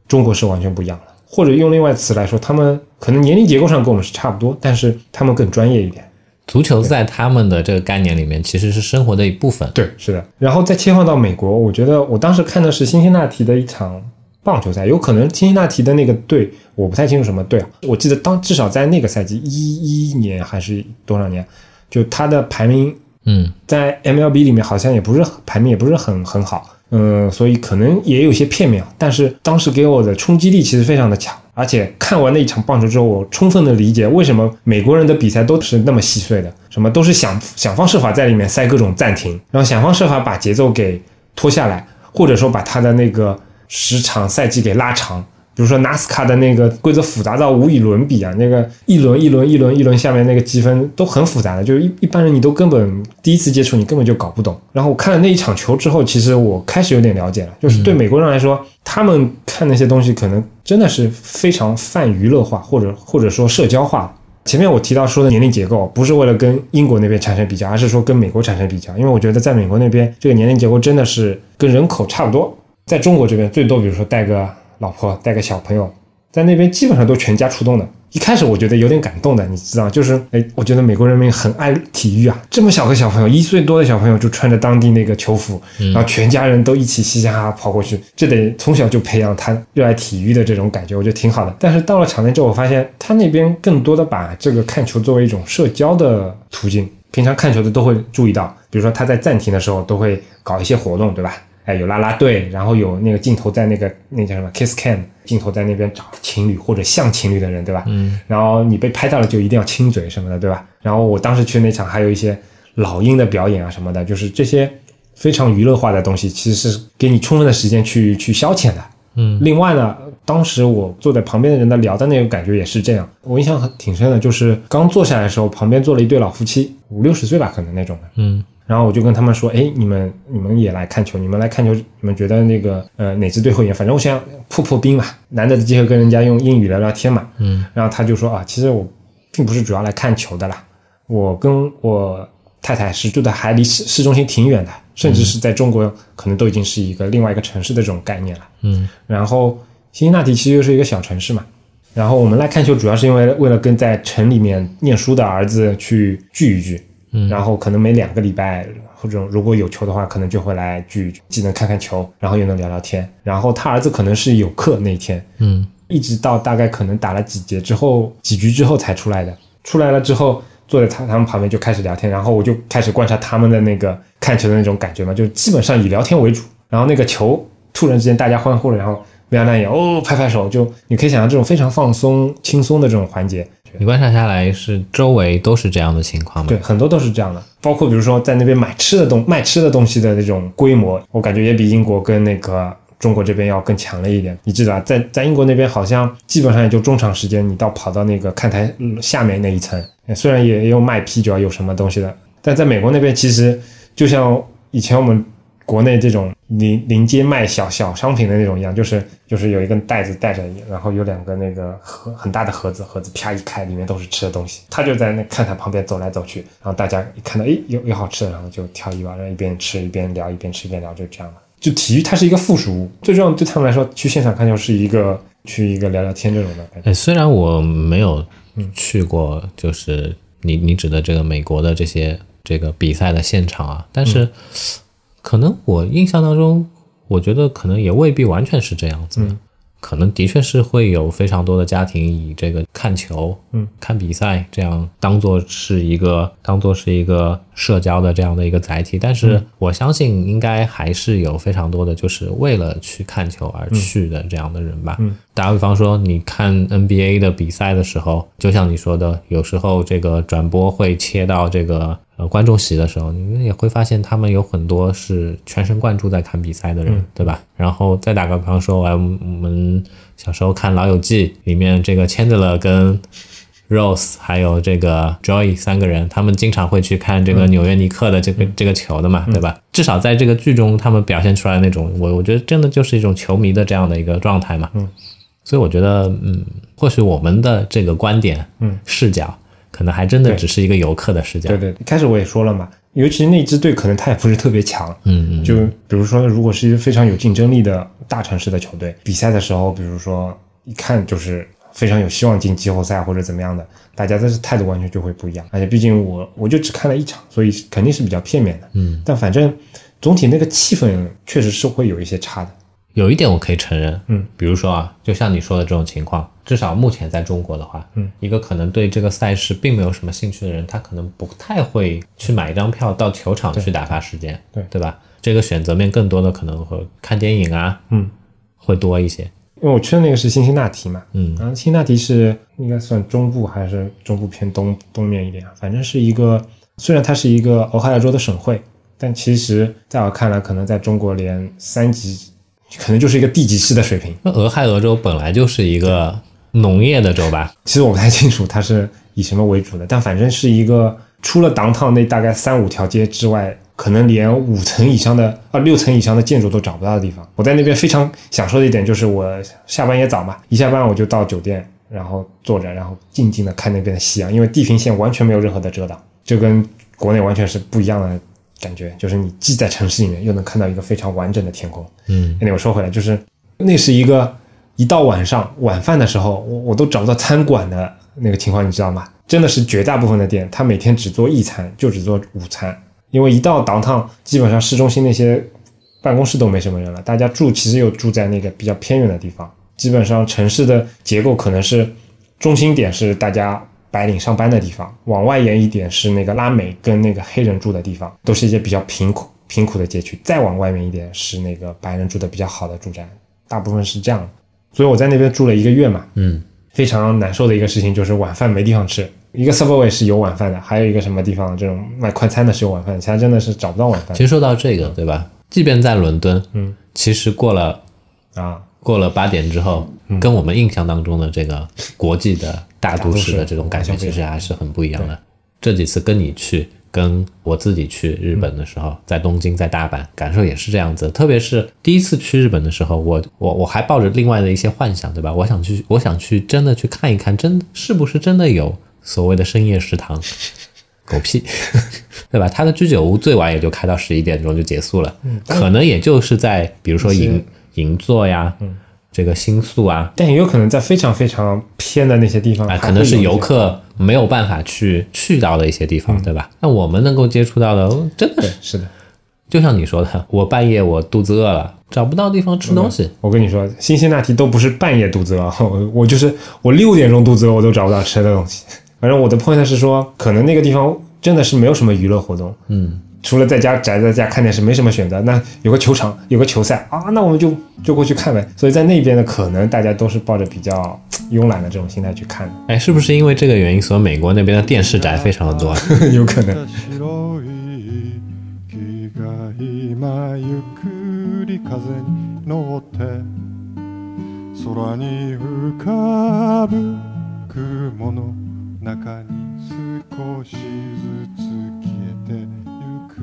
A: 中国是完全不一样的。或者用另外词来说，他们可能年龄结构上跟我们是差不多，但是他们更专业一点。
B: 足球在他们的这个概念里面其实是生活的一部分。
A: 对，是的。然后再切换到美国，我觉得我当时看的是辛辛那提的一场棒球赛，有可能辛辛那提的那个队，我不太清楚什么队啊。我记得当至少在那个赛季一一年还是多少年，就他的排名
B: 嗯
A: 在 MLB 里面好像也不是排名也不是很很好，嗯，所以可能也有些片面，但是当时给我的冲击力其实非常的强，而且看完那一场棒球之后，我充分的理解为什么美国人的比赛都是那么细碎的，什么都是想 想方设法在里面塞各种暂停，然后想方设法把节奏给拖下来，或者说把他的那个时长赛季给拉长。比如说 NASCAR 的那个规则复杂到无与伦比啊，那个一轮一轮一轮一轮下面那个积分都很复杂的，就是一一般人你都根本第一次接触你根本就搞不懂。然后我看了那一场球之后，其实我开始有点了解了，就是对美国人来说，他们看那些东西可能真的是非常泛娱乐化，或者或者说社交化。前面我提到说的年龄结构，不是为了跟英国那边产生比较，而是说跟美国产生比较，因为我觉得在美国那边这个年龄结构真的是跟人口差不多，在中国这边最多，比如说带个老婆，带个小朋友，在那边基本上都全家出动的。一开始我觉得有点感动的，你知道，就是哎，我觉得美国人民很爱体育啊，这么小个小朋友，一岁多的小朋友就穿着当地那个球服， 然后全家人都一起嘻嘻哈哈跑过去，这得从小就培养他热爱体育的这种感觉，我觉得挺好的。但是到了场内之后，我发现他那边更多的把这个看球作为一种社交的途径，平常看球的都会注意到，比如说他在暂停的时候都会搞一些活动，对吧？哎，有啦啦队，然后有那个镜头在那个那叫什么 kiss cam，镜头在那边找情侣或者像情侣的人，对吧？嗯。然后你被拍到了就一定要亲嘴什么的，对吧？然后我当时去那场还有一些老鹰的表演啊什么的，就是这些非常娱乐化的东西，其实是给你充分的时间去去消遣的。嗯。另外呢，当时我坐在旁边的人的聊的那个感觉也是这样，我印象很挺深的，就是刚坐下来的时候，旁边坐了一对老夫妻，五六十岁吧，可能那种的。
B: 嗯
A: 然后我就跟他们说，哎，你们你们也来看球，你们来看球，你们觉得那个呃哪支队会赢？反正我想破破冰嘛，难得的机会跟人家用英语聊聊天嘛。
B: 嗯，
A: 然后他就说啊，其实我并不是主要来看球的啦，我跟我太太是住的还离市市中心挺远的，甚至是在中国可能都已经是一个另外一个城市的这种概念了。
B: 嗯
A: 然后辛辛那提其实就是一个小城市嘛。然后我们来看球，主要是因为为了跟在城里面念书的儿子去聚一聚，嗯，然后可能每两个礼拜或者如果有球的话，可能就会来聚一聚，既能看看球，然后又能聊聊天。然后他儿子可能是有课那一天，
B: 嗯
A: 一直到大概可能打了几节之后，几局之后才出来的。出来了之后，坐在他他们旁边就开始聊天，然后我就开始观察他们的那个看球的那种感觉嘛，就基本上以聊天为主。然后那个球突然之间大家欢呼了，然后维亚纳也哦拍拍手，就你可以想象这种非常放松、轻松的这种环节，
B: 你观察下来是周围都是这样的情况吗？
A: 对，，很多都是这样的，包括比如说在那边买吃的东卖吃的东西的那种规模，我感觉也比英国跟那个中国这边要更强了一点。你知道啊，在在英国那边好像基本上也就中场时间，你到跑到那个看台、嗯下面那一层，呃虽然也也有卖啤酒啊，有什么东西的，但在美国那边其实就像以前我们。国内这种临临街卖小小商品的那种一样，就是就是有一根袋子带着，然后有两个那个盒很大的盒子，盒子啪一开，里面都是吃的东西。他就在那看他旁边走来走去，然后大家一看到诶有有好吃的，然后就挑一碗，然后一边吃一边聊，一边吃一边聊，就这样了。就体育它是一个附属物，最重要的对他们来说，去现场看球是一个去一个聊聊天这种的感觉。
B: 哎，虽然我没有去过，就是你你指的这个美国的这些这个比赛的现场啊，但是、可能我印象当中，我觉得可能也未必完全是这样子的。可能的确是会有非常多的家庭以这个看球、
A: 嗯、
B: 看比赛这样当做是一个当做是一个社交的这样的一个载体，但是我相信应该还是有非常多的就是为了去看球而去的这样的人吧。
A: 嗯
B: 打个比方说，你看 NBA 的比赛的时候，就像你说的，有时候这个转播会切到这个呃观众席的时候，你们也会发现他们有很多是全神贯注在看比赛的人，对吧？然后再打个比方说，哎，我们我们小时候看《老友记》里面这个 Chandler 跟 Rose 还有这个 Joy 三个人，他们经常会去看这个
A: 嗯
B: 纽约尼克的这个、这个球的嘛，对吧？至少在这个剧中，他们表现出来那种，我我觉得真的就是一种球迷的这样的一个状态嘛。嗯，所以我觉得，嗯，或许我们的这个观点，
A: 嗯，
B: 视角，可能还真的
A: 对
B: 只是一个游客的视角。
A: 对对，一开始我也说了嘛，尤其那支队可能他也不是特别强，
B: 嗯嗯
A: 就比如说，如果是一个非常有竞争力的大城市的球队，比赛的时候，比如说一看就是非常有希望进季后赛或者怎么样的，大家的态度完全就会不一样。而且毕竟我我就只看了一场，所以肯定是比较片面的。
B: 嗯，
A: 但反正总体那个气氛确实是会有一些差的。
B: 有一点我可以承认，
A: 嗯，
B: 比如说啊，就像你说的这种情况，至少目前在中国的话，
A: 嗯，
B: 一个可能对这个赛事并没有什么兴趣的人，他可能不太会去买一张票到球场去打发时间，
A: 对
B: 对吧？这个选择面更多的可能会看电影啊，
A: 嗯，
B: 会多一些，
A: 因为我去的那个是辛辛那提嘛，
B: 嗯
A: 然后辛辛那提是应该算中部还是中部偏东东面一点啊，反正是一个虽然它是一个俄亥俄州的省会，但其实在我看来，可能在中国连三级可能就是一个地级市的水平。
B: 那俄亥俄州本来就是一个农业的州吧？
A: 其实我不太清楚它是以什么为主的，但反正是一个除了 downtown 那大概三五条街之外，可能连五层以上的啊六层以上的建筑都找不到的地方。我在那边非常享受的一点就是我下班也早嘛，一下班我就到酒店，然后坐着，然后静静的看那边的夕阳，因为地平线完全没有任何的遮挡，这跟国内完全是不一样的感觉，就是你既在城市里面，又能看到一个非常完整的天空。
B: 嗯，
A: 那我说回来，就是那是一个一到晚上晚饭的时候，我我都找不到餐馆的那个情况，你知道吗？真的是绝大部分的店，它每天只做一餐，就只做午餐，因为一到 downtown，基本上市中心那些办公室都没什么人了，大家住其实又住在那个比较偏远的地方，基本上城市的结构可能是中心点是大家白领上班的地方，往外延一点是那个拉美跟那个黑人住的地方，都是一些比较贫苦贫苦的街区，再往外面一点是那个白人住的比较好的住宅，大部分是这样的。所以我在那边住了一个月嘛，
B: 嗯，
A: 非常难受的一个事情就是晚饭没地方吃。一个 Subway 是有晚饭的，还有一个什么地方这种卖快餐的是有晚饭的，其他真的是找不到晚饭
B: 其实说到这个，对吧？即便在伦敦，
A: 嗯，
B: 其实过了
A: 啊。
B: 过了八点之后，跟我们印象当中的这个国际的大都市的这种感觉，其实还是很不一样的。这几次跟你去，跟我自己去日本的时候，在东京、在大阪，感受也是这样子。特别是第一次去日本的时候，我我我还抱着另外的一些幻想，对吧？我想去，我想去真的去看一看，真是不是真的有所谓的深夜食堂？狗屁，对吧？他的居酒屋最晚也就开到十一点钟就结束了，
A: 嗯
B: 可能也就是在比如说银银座呀，
A: 嗯
B: 这个新宿啊，
A: 但也有可能在非常非常偏的那些地方，
B: 啊、
A: 还
B: 可能
A: 会
B: 是
A: 有一
B: 游
A: 些嗯
B: 客没有办法去去到的一些地方，对吧？那我们能够接触到的，真的
A: 对
B: 是，
A: 是的。
B: 就像你说的，我半夜我肚子饿了，找不到地方吃东西，
A: 我跟你说，辛辛那提都不是半夜肚子饿， 我我就是我六点钟肚子饿，我都找不到吃的东西。 反正我的 point 是说，可能那个地方真的是没有什么娱乐活动，
B: 嗯，
A: 除了在家宅在家看电视，没什么选择。那有个球场，有个球赛啊，那我们就就过去看呗。所以在那边呢，可能大家都是抱着比较慵懒的这种心态去看
B: 哎，是不是因为这个原因，所以美国那边的电视宅非常的多？
A: 的， 有可能。
E: 白い木が今ゆっくり風に乗って空に浮かぶ雲の中に少しずつ消えてゆく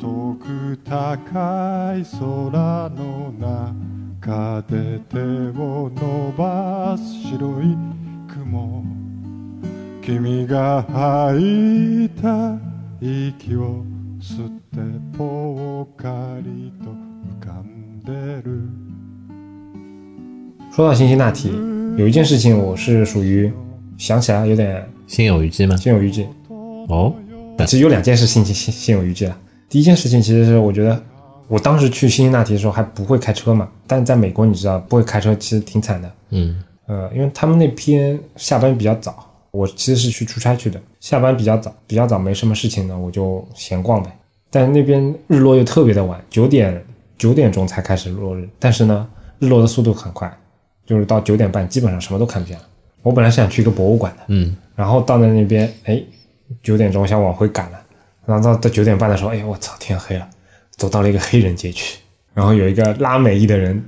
E: 遠く高い空の中で手を伸ばす白い雲君が吐いた息を吸ってぽっかりと浮かんでる
A: 说到辛辛那提，有一件事情我是属于想起来有点
B: 心有余悸吗？
A: 心有余悸，
B: 哦，
A: 其实有两件事情心心心有余悸了。啊第一件事情其实是我觉得，我当时去辛辛那提的时候还不会开车嘛，但在美国你知道不会开车其实挺惨的，
B: 嗯
A: 呃，因为他们那边下班比较早，我其实是去出差去的，呃下班比较早，比较早没什么事情呢，我就闲逛呗。但那边日落又特别的晚，九点九点钟才开始落日，但是呢，日落的速度很快，就是到九点半基本上什么都看不见了。我本来是想去一个博物馆的，
B: 嗯，
A: 然后到了那边，哎，九点钟想往回赶了，然后到到九点半的时候，哎，我操，天黑了，走到了一个黑人街区，然后有一个拉美裔的人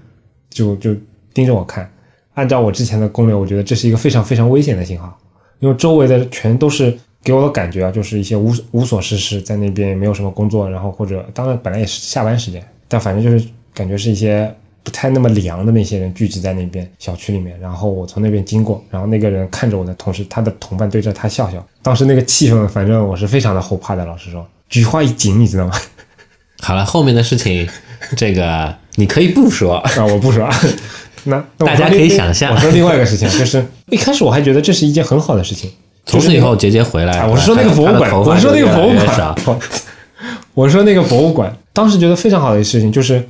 A: 就就盯着我看，按照我之前的攻略，我觉得这是一个非常非常危险的信号，因为周围的全都是给我的感觉啊，就是一些无无所事事，在那边也没有什么工作，然后或者当然本来也是下班时间，但反正就是感觉是一些不太那么良的那些人聚集在那边小区里面，然后我从那边经过，然后那个人看着我的同时，他的同伴对着他笑笑，当时那个气氛，反正我是非常的后怕的，老实说，菊花一紧，你知道吗？
B: 好了，后面的事情，这个你可以不说，
A: 啊，我不说。那那我
B: 大
A: 说
B: 家
A: 另
B: 可以想象
A: 我说另外一个事情，就是一开始我还觉得哎这是一件很好的事情。
B: 从此以后杰杰回
A: 啊，
B: 来，
A: 我是说那个博物
B: 他的
A: 馆，
B: 头发
A: 我是说那个
B: 就越来
A: 博物
B: 越
A: 馆
B: 少，
A: 我我说那个博物馆，当时觉得非常好的一个事情就是，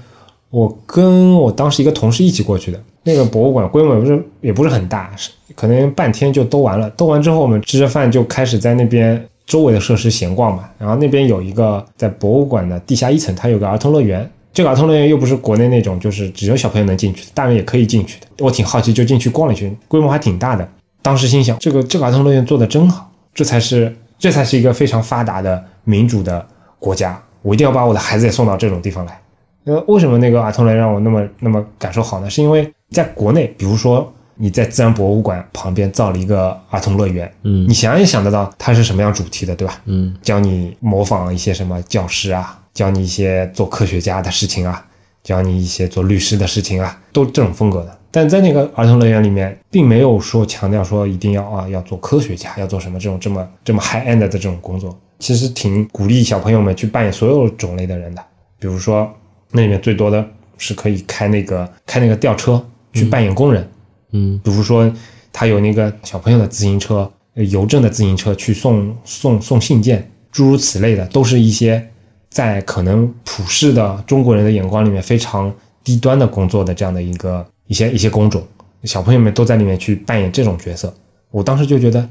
A: 我跟我当时一个同事一起过去的。那个博物馆规模也不是也不是很大，是可能半天就兜完了。兜完之后，我们吃着饭就开始在那边周围的设施闲逛嘛。然后那边有一个在博物馆的地下一层，它有个儿童乐园。这个儿童乐园又不是国内那种就是只有小朋友能进去的，大人也可以进去的。我挺好奇，就进去逛了一圈，规模还挺大的。当时心想，这个这个儿童乐园做的真好，这才是这才是一个非常发达的民主的国家。我一定要把我的孩子也送到这种地方来。那为什么那个儿童乐园让我那么那么感受好呢？是因为在国内，比如说你在自然博物馆旁边造了一个儿童乐园，
B: 嗯
A: 你想也想得到它是什么样主题的，对吧？
B: 嗯
A: 教你模仿一些什么教师啊，教你一些做科学家的事情啊，教你一些做律师的事情啊，都这种风格的。但在那个儿童乐园里面，并没有说强调说一定要啊要做科学家，要做什么这种这么这么 high end 的这种工作，其实挺鼓励小朋友们去扮演所有种类的人的。比如说那里面最多的是可以开那个开那个吊车去扮演工人，
B: 嗯
A: 比如说他有那个小朋友的自行车、呃邮政的自行车去送送送信件，诸如此类的，都是一些在可能普世的中国人的眼光里面非常低端的工作的这样的一个一些一些工种，小朋友们都在里面去扮演这种角色。我当时就觉得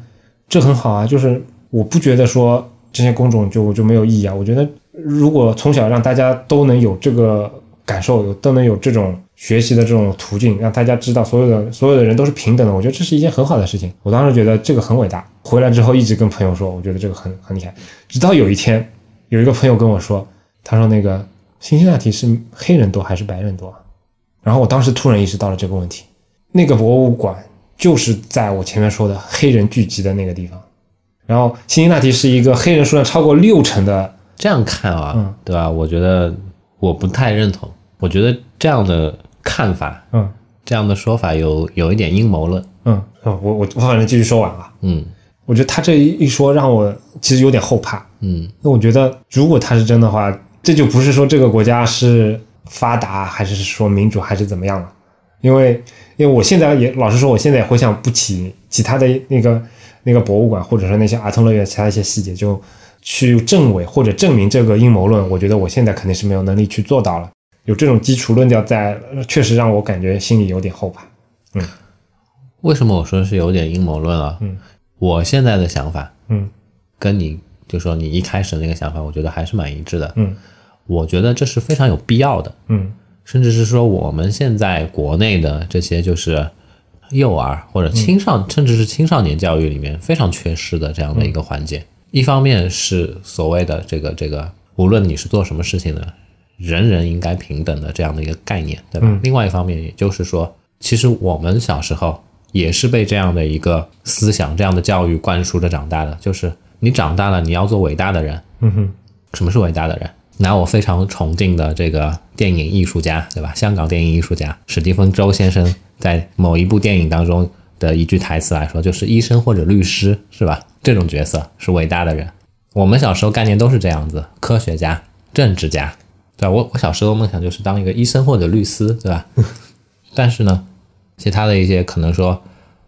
A: 这很好啊，就是我不觉得说这些工种就就没有意义啊。我觉得如果从小让大家都能有这个感受，有都能有这种学习的这种途径，让大家知道所有的所有的人都是平等的，我觉得这是一件很好的事情。我当时觉得这个很伟大，回来之后一直跟朋友说，我觉得这个很很厉害。直到有一天，有一个朋友跟我说，他说那个辛辛那提是黑人多还是白人多啊？然后我当时突然意识到了这个问题。那个博物馆就是在我前面说的黑人聚集的那个地方。然后辛辛那提是一个黑人数量超过六成的，
B: 这样看啊，
A: 嗯
B: 对吧？我觉得我不太认同，我觉得这样的看法，
A: 嗯
B: 这样的说法有有一点阴谋论。
A: 嗯，嗯我我我反正继续说完啊。
B: 嗯
A: 我觉得他这一说让我其实有点后怕。
B: 嗯
A: 那我觉得如果他是真的话，这就不是说这个国家是发达还是说民主还是怎么样了，因为因为我现在也老实说，我现在也回想不起其他的那个那个博物馆或者说那些儿童乐园其他一些细节，就去证伪或者证明这个阴谋论，我觉得我现在肯定是没有能力去做到了。有这种基础论调在，呃确实让我感觉心里有点后怕。
B: 为什么我说是有点阴谋论啊？
A: 嗯，
B: 我现在的想法
A: 嗯
B: 跟你就说你一开始那个想法，我觉得还是蛮一致的。
A: 嗯
B: 我觉得这是非常有必要的，
A: 嗯
B: 甚至是说我们现在国内的这些就是幼儿或者青少，甚至是青少年教育里面非常缺失的这样的一个环节。一方面是所谓的这个这个，无论你是做什么事情的，人人应该平等的这样的一个概念，对吧？
A: 嗯
B: 另外一方面，也就是说，其实我们小时候也是被这样的一个思想、这样的教育灌输着长大的，就是你长大了，你要做伟大的人，
A: 嗯哼
B: 什么是伟大的人？拿我非常崇敬的这个电影艺术家，对吧？香港电影艺术家史蒂芬周先生在某一部电影当中的一句台词来说，就是医生或者律师，是吧？这种角色是伟大的人。我们小时候概念都是这样子，科学家、政治家，对吧？我我小时候梦想就是当一个医生或者律师，对吧？ 但是呢，其他的一些可能说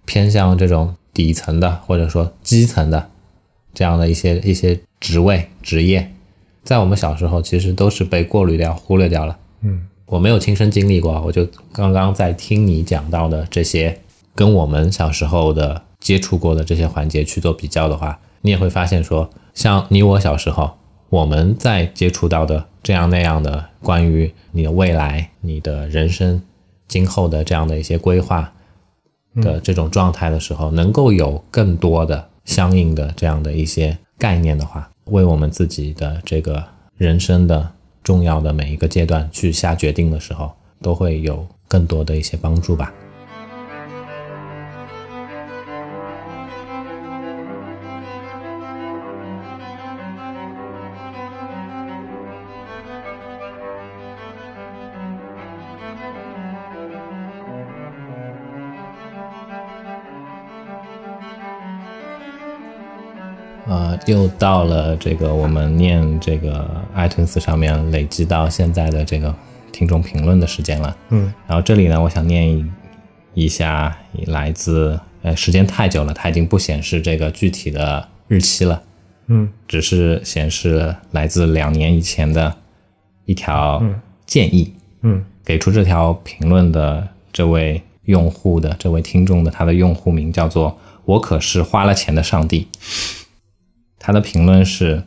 B: 偏向这种底层的或者说基层的这样的一些一些职位职业，在我们小时候其实都是被过滤掉、忽略掉了。
A: 嗯
B: 我没有亲身经历过，我就刚刚在听你讲到的这些跟我们小时候的接触过的这些环节去做比较的话，你也会发现说，像你我小时候，我们在接触到的这样那样的关于你的未来、你的人生今后的这样的一些规划的这种状态的时候，能够有更多的相应的这样的一些概念的话，为我们自己的这个人生的重要的每一个阶段去下决定的时候，都会有更多的一些帮助吧。呃，又到了这个我们念这个 iTunes 上面累积到现在的这个听众评论的时间了。
A: 嗯
B: 然后这里呢，我想念一一下来自呃，时间太久了，它已经不显示这个具体的日期了，
A: 嗯
B: 只是显示来自两年以前的一条
A: 嗯
B: 建议。
A: 嗯
B: 给出这条评论的这位用户的这位听众的他的用户名叫做“我可是花了钱的上帝”。他的评论是：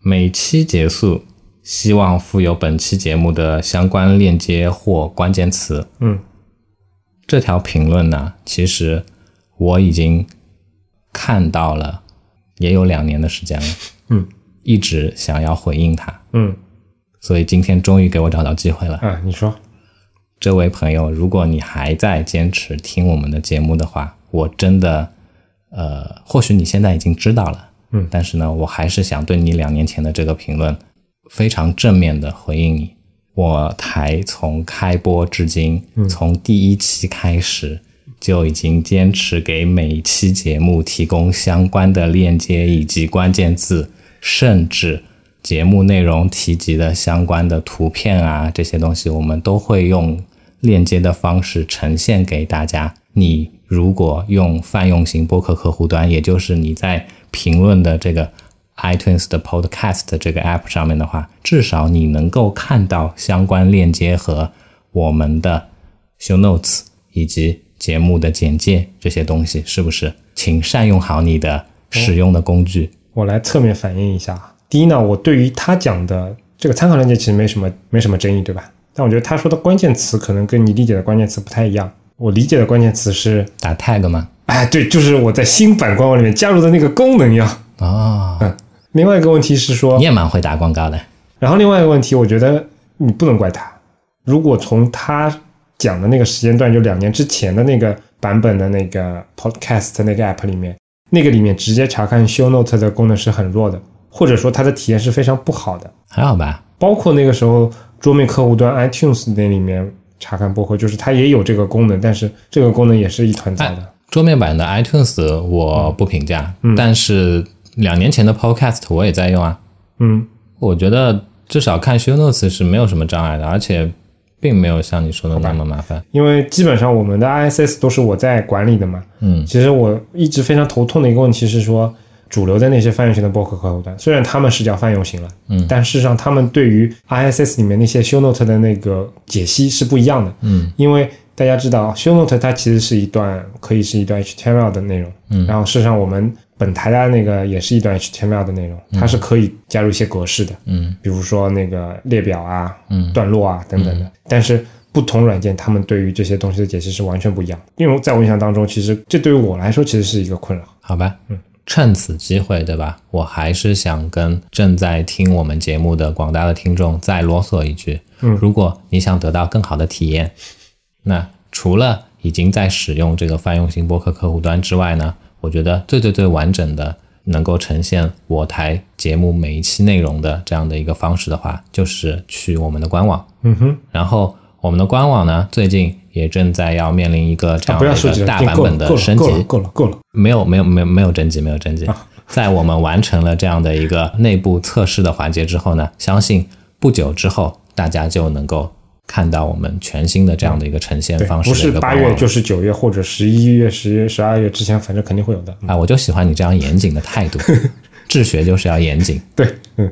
B: 每期结束，希望附有本期节目的相关链接或关键词。
A: 嗯，
B: 这条评论呢，其实我已经看到了，也有两年的时间了。
A: 嗯，
B: 一直想要回应他，
A: 嗯
B: 所以今天终于给我找到机会了。
A: 啊，你说，
B: 这位朋友，如果你还在坚持听我们的节目的话，我真的，呃，或许你现在已经知道了，
A: 嗯
B: 但是呢，我还是想对你两年前的这个评论非常正面的回应你。我台从开播至今，从第一期开始就已经坚持给每一期节目提供相关的链接以及关键字，甚至节目内容提及的相关的图片啊这些东西，我们都会用链接的方式呈现给大家。你如果用泛用型播客客户端，也就是你在评论的这个 iTunes 的 Podcast 这个 App 上面的话，至少你能够看到相关链接和我们的 show notes 以及节目的简介这些东西，是不是？请善用好你的使用的工具。
A: 我来侧面反映一下啊。第一呢，我对于他讲的这个参考链接其实没什么没什么争议，对吧？但我觉得他说的关键词可能跟你理解的关键词不太一样。我理解的关键词是，
B: 打 tag 吗？
A: 哎，对，就是我在新版官网里面加入的那个功能呀。
B: 哦，
A: 另外一个问题是说
B: 你，也蛮会打广告的。
A: 然后另外一个问题，我觉得你不能怪他。如果从他讲的那个时间段，就两年之前的那个版本的那个 Podcast 那个 App 里面，那个里面直接查看 Show Note 的功能是很弱的，或者说它的体验是非常不好的。
B: 还好吧？
A: 包括那个时候桌面客户端 iTunes 那里面查看播客，就是它也有这个功能，但是这个功能也是一团糟的。
B: 桌面版的 iTunes 我不评价，但是两年前的 Podcast 我也在用啊。
A: 嗯，
B: 我觉得至少看 Show Notes 是没有什么障碍的，而且并没有像你说的那么麻烦。
A: 因为基本上我们的 ISS 都是我在管理的嘛。
B: 嗯
A: 其实我一直非常头痛的一个问题是说，主流的那些泛用型的播客客户端，虽然他们是叫泛用型了，
B: 嗯
A: 但事实上他们对于 ISS 里面那些 show note 的那个解析是不一样的，
B: 嗯
A: 因为大家知道 show note 它其实是一段可以是一段 HTML 的内容，
B: 嗯
A: 然后事实上我们本台的那个也是一段 HTML 的内容，它是可以加入一些格式的，
B: 嗯
A: 比如说那个列表啊、
B: 嗯
A: 段落啊等等的。但是不同软件他们对于这些东西的解析是完全不一样的。因为在我印象当中，其实这对于我来说其实是一个困扰。
B: 好吧，
A: 嗯
B: 趁此机会，对吧？我还是想跟正在听我们节目的广大的听众再啰嗦一句，
A: 嗯
B: 如果你想得到更好的体验，那除了已经在使用这个泛用型播客客户端之外呢，我觉得最最最完整的能够呈现我台节目每一期内容的这样的一个方式的话，就是去我们的官网。
A: 嗯哼，
B: 然后我们的官网呢，最近也正在要面临一个这
A: 啊，
B: 样
A: 不
B: 的
A: 要说
B: 一
A: 这
B: 个
A: 个，
B: 大
A: 已经
B: 版
A: 够
B: 本
A: 了，
B: 的
A: 够了，
B: 升
A: 够
B: 级
A: 了，。够了，够了。
B: 没有没有没有没有征集，没有征 集。在我们完成了这样的一个内部测试的环节之后呢，相信不久之后大家就能够看到我们全新的这样的一个呈现
A: 对，
B: 方式
A: 不
B: 的
A: 是
B: 一个
A: 八
B: 官网
A: 月就是九月，或者十一月、十月、十二月之前，反正肯定会有的。
B: 啊，我就喜欢你这样严谨 的态度，治学就是要严谨。
A: 对，嗯。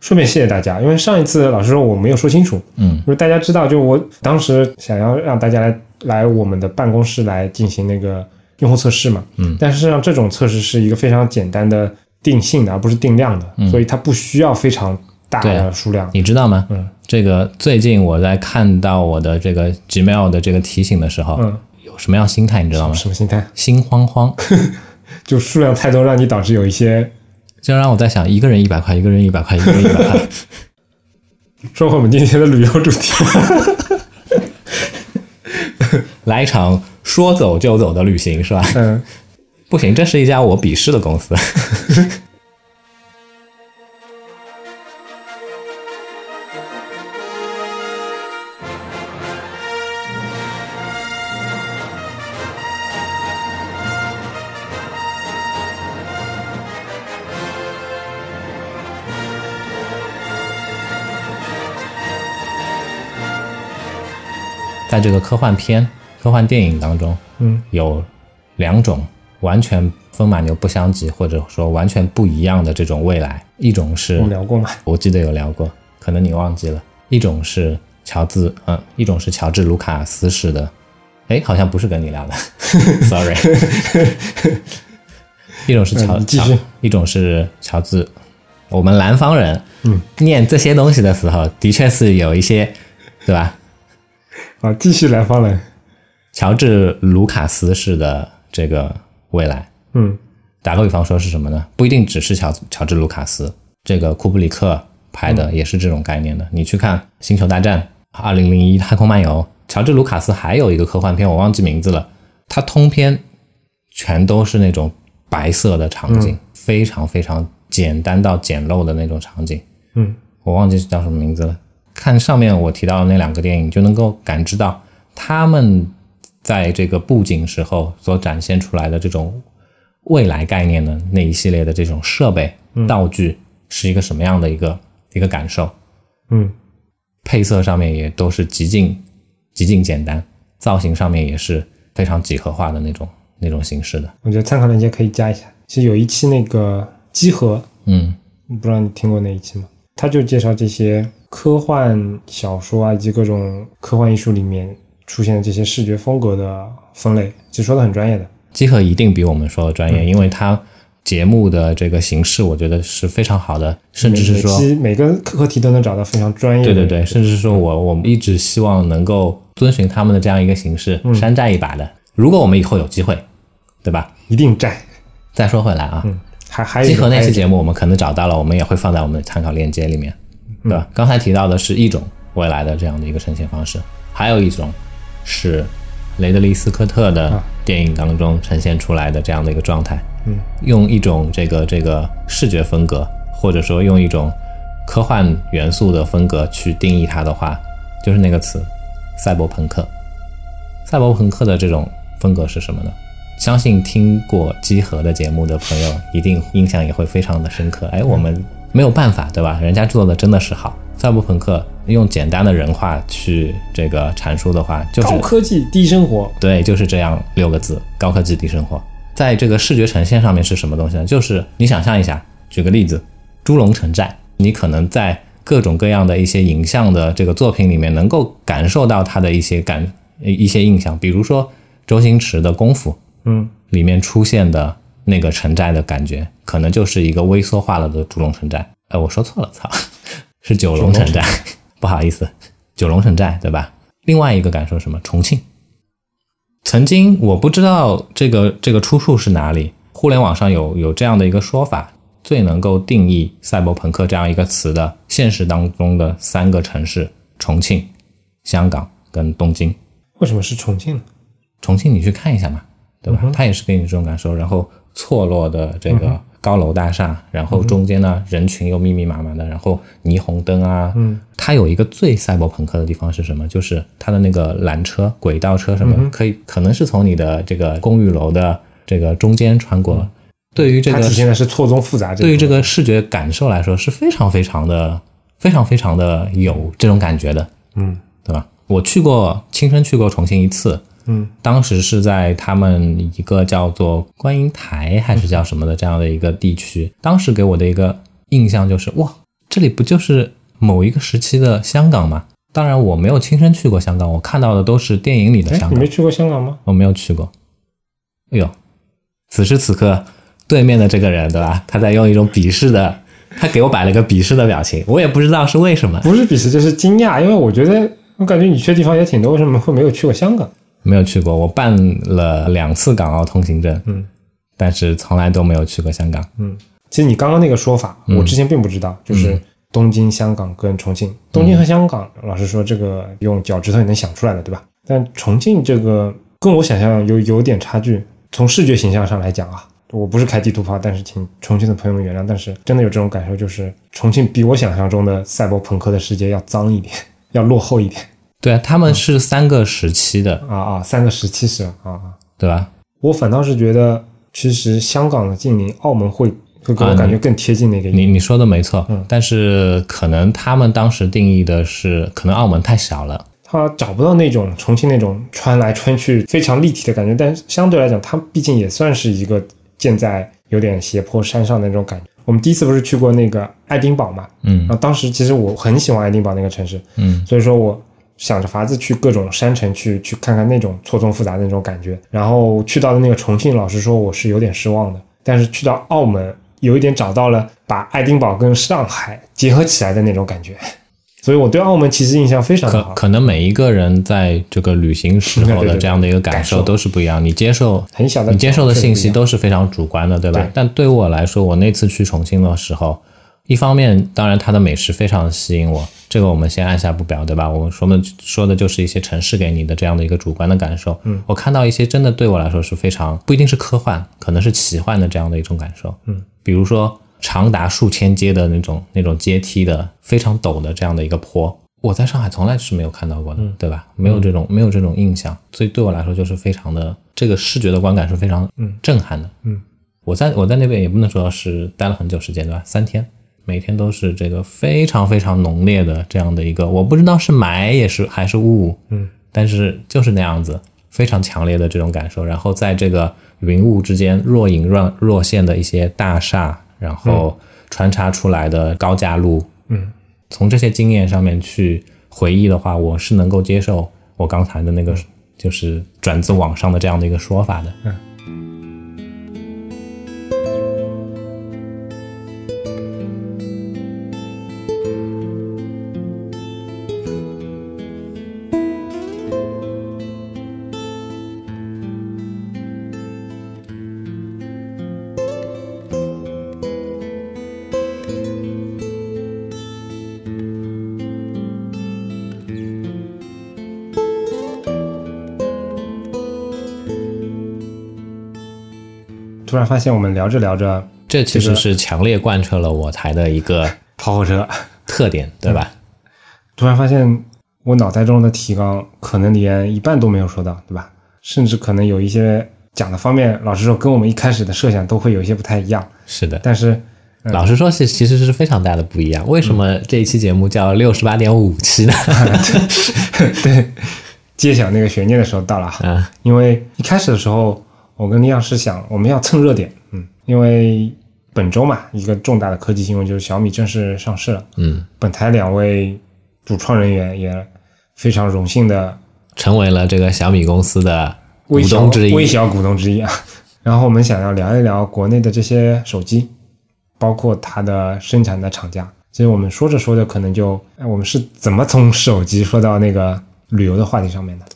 A: 顺便谢谢大家，因为上一次老师说我没有说清楚，
B: 嗯
A: 就是大家知道，就我当时想要让大家来来我们的办公室来进行那个用户测试嘛，
B: 嗯
A: 但是上这种测试是一个非常简单的定性的，而不是定量的，所以它不需要非常大的数量。
B: 嗯啊你知道吗？
A: 嗯，
B: 这个最近我在看到我的这个 Gmail 的这个提醒的时候，
A: 嗯，
B: 有什么样心态你知道吗？
A: 什么心态？
B: 心慌慌，
A: 就数量太多，让你导致有一些。
B: 就让我在想，一个人一百块，一个人一百块，一个人一百 块。
A: 说回我们今天的旅游主 题，
B: 来一场说走就走的旅行，是吧？
A: 嗯，
B: 不行，这是一家我鄙视的公司。在这个科幻片、科幻电影当中，
A: 嗯，
B: 有两种完全风马牛不相及，或者说完全不一样的这种未来。一种
A: 我
B: 是
A: 们聊过嘛？
B: 我记得有聊过，可能你忘记了。一种是乔治，嗯，一种是乔治·卢卡斯式的，哎，好像不是跟你聊的 ，sorry。一种是乔，
A: 嗯你继
B: 乔
A: 续，
B: 一种是乔治。我们南方人，
A: 嗯，
B: 念这些东西的时候，的确是有一些，对吧？
A: 啊，继续来方来，
B: 乔治·卢卡斯式的这个未来，
A: 嗯
B: 打个比方说是什么呢？不一定只是乔乔治·卢卡斯，这个库布里克拍的也是这种概念的。你去看《星球大战》《二零零一太空漫游》，乔治·卢卡斯还有一个科幻片，我忘记名字了，它通篇全都是那种白色的场景，非常非常简单到简陋的那种场景。
A: 嗯
B: 我忘记叫什么名字了。看上面我提到的那两个电影，就能够感知到他们在这个布景时候所展现出来的这种未来概念的那一系列的这种设备、道具是一个什么样的一个一个感受。
A: 嗯
B: 配色上面也都是极尽极尽简单，造型上面也是非常几何化的那种那种形式的。
A: 我觉得参考链接可以加一下。其实有一期那个集合，
B: 嗯
A: 不知道你听过那一期吗？他就介绍这些科幻小说啊，以及各种科幻艺术里面出现的这些视觉风格的分类，其实说的很专业的。
B: 集合一定比我们说的专业，因为它节目的这个形式，我觉得是非常好的，甚至是
A: 每
B: 说，
A: 期每个课题都能找到非常专业的。
B: 对对对，甚至是说我我们一直希望能够遵循他们的这样一个形式，
A: 嗯
B: 山寨一把的。如果我们以后有机会，对吧？
A: 一定占。
B: 再说回来啊，
A: 嗯，还还有一
B: 集
A: 个
B: 合那
A: 还有
B: 期
A: 一个
B: 节目我们可能找到了，我们也会放在我们的参考链接里面，
A: 嗯
B: 对吧？刚才提到的是一种未来的这样的一个呈现方式，还有一种是雷德利·斯科特
A: 啊
B: 的电影当中呈现出来的这样的一个状态，嗯，用一种这个这个视觉风格，或者说用一种科幻元素的风格去定义它的话，就是那个词——赛博朋克。赛博朋克的这种风格是什么呢？相信听过集合的节目的朋友，一定印象也会非常的深刻。哎，我们没有办法，对吧？人家做的真的是好。赛博朋克用简单的人话去这个阐述的话，就是
A: 高科技低生活，
B: 对，就是这样六个字：高科技低生活。在这个视觉呈现上面是什么东西呢？就是你想象一下，举个例子，《猪龙城寨》，你可能在各种各样的一些影像的这个作品里面，能够感受到它的一些感呃一些印象，比如说周星驰的《功夫》
A: 嗯
B: 里面出现的那个城寨的感觉，可能就是一个微缩化了的猪龙城寨。呃，我说错了，操， 是九龙城寨，不好意思，九龙城寨对吧？另外一个感受是什么？重庆。曾经我不知道这个这个出处是哪里，互联网上有有这样的一个说法，最能够定义赛博朋克这样一个词的现实当中的三个城市：重庆、香港跟东京。
A: 为什么是重庆呢？
B: 重庆你去看一下嘛，对
A: 嗯
B: 吧？它也是给你这种感受，然后错落的这个高楼大厦，然后中间呢人群又密密麻麻的，然后霓虹灯啊，
A: 嗯，
B: 它有一个最赛博朋克的地方是什么？就是它的那个缆车、轨道车什
A: 嗯
B: 么，可以可能是从你的这个公寓楼的这个中间穿过。对于这
A: 嗯它
B: 个
A: 体现的是错综复杂这一部分。
B: 对于这个视觉感受来说是非常非常的、非常非常的有这种感觉的，
A: 嗯
B: 对吧？我去过，亲身去过重庆一次，
A: 嗯
B: 当时是在他们一个叫做观音台还是叫什么的这样的一个地区，当时给我的一个印象就是，哇，这里不就是某一个时期的香港吗？当然我没有亲身去过香港，我看到的都是电影里的
A: 哎
B: 香，
A: 你
B: 港
A: 没，去过香港吗？
B: 我没有去过。哎呦，此时此刻对面的这个人对吧？他在用一种鄙视的，他给我摆了个鄙视的表情，我也不知道是为什么。
A: 不是鄙视，就是惊讶，因为我觉得我感觉你去的地方也挺多，为什么会没有去过香港？
B: 没有去过，我办了两次港澳通行证，
A: 嗯，
B: 但是从来都没有去过香港。
A: 其实你刚刚那个说法，我之前并不知道，就是东京、香港跟重庆。东京和香港，老实说，这个用脚趾头也能想出来的，对吧？但重庆这个跟我想象有有点差距。从视觉形象上来讲啊，我不是开地图炮，但是请重庆的朋友们原谅。但是真的有这种感受，就是重庆比我想象中的赛博朋克的世界要脏一点，要落后一点
B: 对啊，他们是三个时期的，
A: 啊啊！三个时期是吧啊啊！
B: 对吧？
A: 我反倒是觉得，其实香港的近邻澳门会会给我
B: 啊
A: 感觉更贴近那个。
B: 你你说的没错，但是可能他们当时定义的是，可能澳门太小了，
A: 它找不到那种重庆那种穿来穿去非常立体的感觉，但是相对来讲，它毕竟也算是一个建在有点斜坡山上的那种感觉。我们第一次不是去过那个爱丁堡嘛，
B: 嗯
A: 然后当时其实我很喜欢爱丁堡那个城市，
B: 嗯
A: 所以说我想着法子去各种山城去去看看那种错综复杂的那种感觉。然后去到的那个重庆，老实说我是有点失望的。但是去到澳门，有一点找到了把爱丁堡跟上海结合起来的那种感觉。所以我对澳门其实印象非常
B: 可
A: 好。
B: 可能每一个人在这个旅行时候
A: 对对
B: 的
A: 对
B: 这样的一个感
A: 感
B: 受
A: 受
B: 都是不一样，你接受
A: 很小的
B: 你接受的信
A: 确
B: 息
A: 实不一样
B: 都是非常主观的，对吧？
A: 对
B: 但对我来说，我那次去重庆的时候，一方面当然它的美食非常吸引我，这个我们先按下不表，对吧？我们说的说的就是一些城市给你的这样的一个主观的感受。嗯，我看到一些真的对我来说是非常不一定是科幻，可能是奇幻的这样的一种感受。嗯，比如说长达数千阶的那种那种阶梯的非常陡的这样的一个坡。我在上海从来是没有看到过
A: 嗯
B: 的，对吧？没有这种没有这种印象，所以对我来说就是非常的这个视觉的观感是非常震撼的。
A: 嗯，
B: 我在我在那边也不能说是待了很久时间，对吧？三天，每天都是这个非常非常浓烈的这样的一个，我不知道是霾也是还是雾，
A: 嗯，
B: 但是就是那样子，非常强烈的这种感受。然后在这个云雾之间若隐若若现的一些大厦，然后穿插出来的高架路，
A: 嗯，
B: 从这些经验上面去回忆的话，我是能够接受我刚才的那个就是转自网上的这样的一个说法的。
A: 突然发现我们聊着聊着
B: 这其实是强烈贯彻了我台的一个
A: 跑火车，
B: 特点，对吧？
A: 突然发现我脑袋中的提纲可能连一半都没有说到，对吧？甚至可能有一些讲的方面，老实说跟我们一开始的设想都会有一些不太一样。
B: 是的。
A: 但是
B: 老实说，是其实是非常大的不一样。为什么这一期节目叫六十八点五期呢？
A: 对，揭晓那个悬念的时候到了啊！
B: 啊，
A: 因为一开始的时候，我跟李阳是想我们要蹭热点，嗯，因为本周嘛，一个重大的科技新闻就是小米正式上市了。
B: 嗯，
A: 本台两位主创人员也非常荣幸的
B: 成为了这个小米公司的股
A: 微小
B: 东之一。
A: 微小股东之一啊。 然后我们想要聊一聊国内的这些手机，包括它的生产的厂家。其实我们说着说着，可能就、哎、我们是怎么从手机说到那个旅游的话题上面的？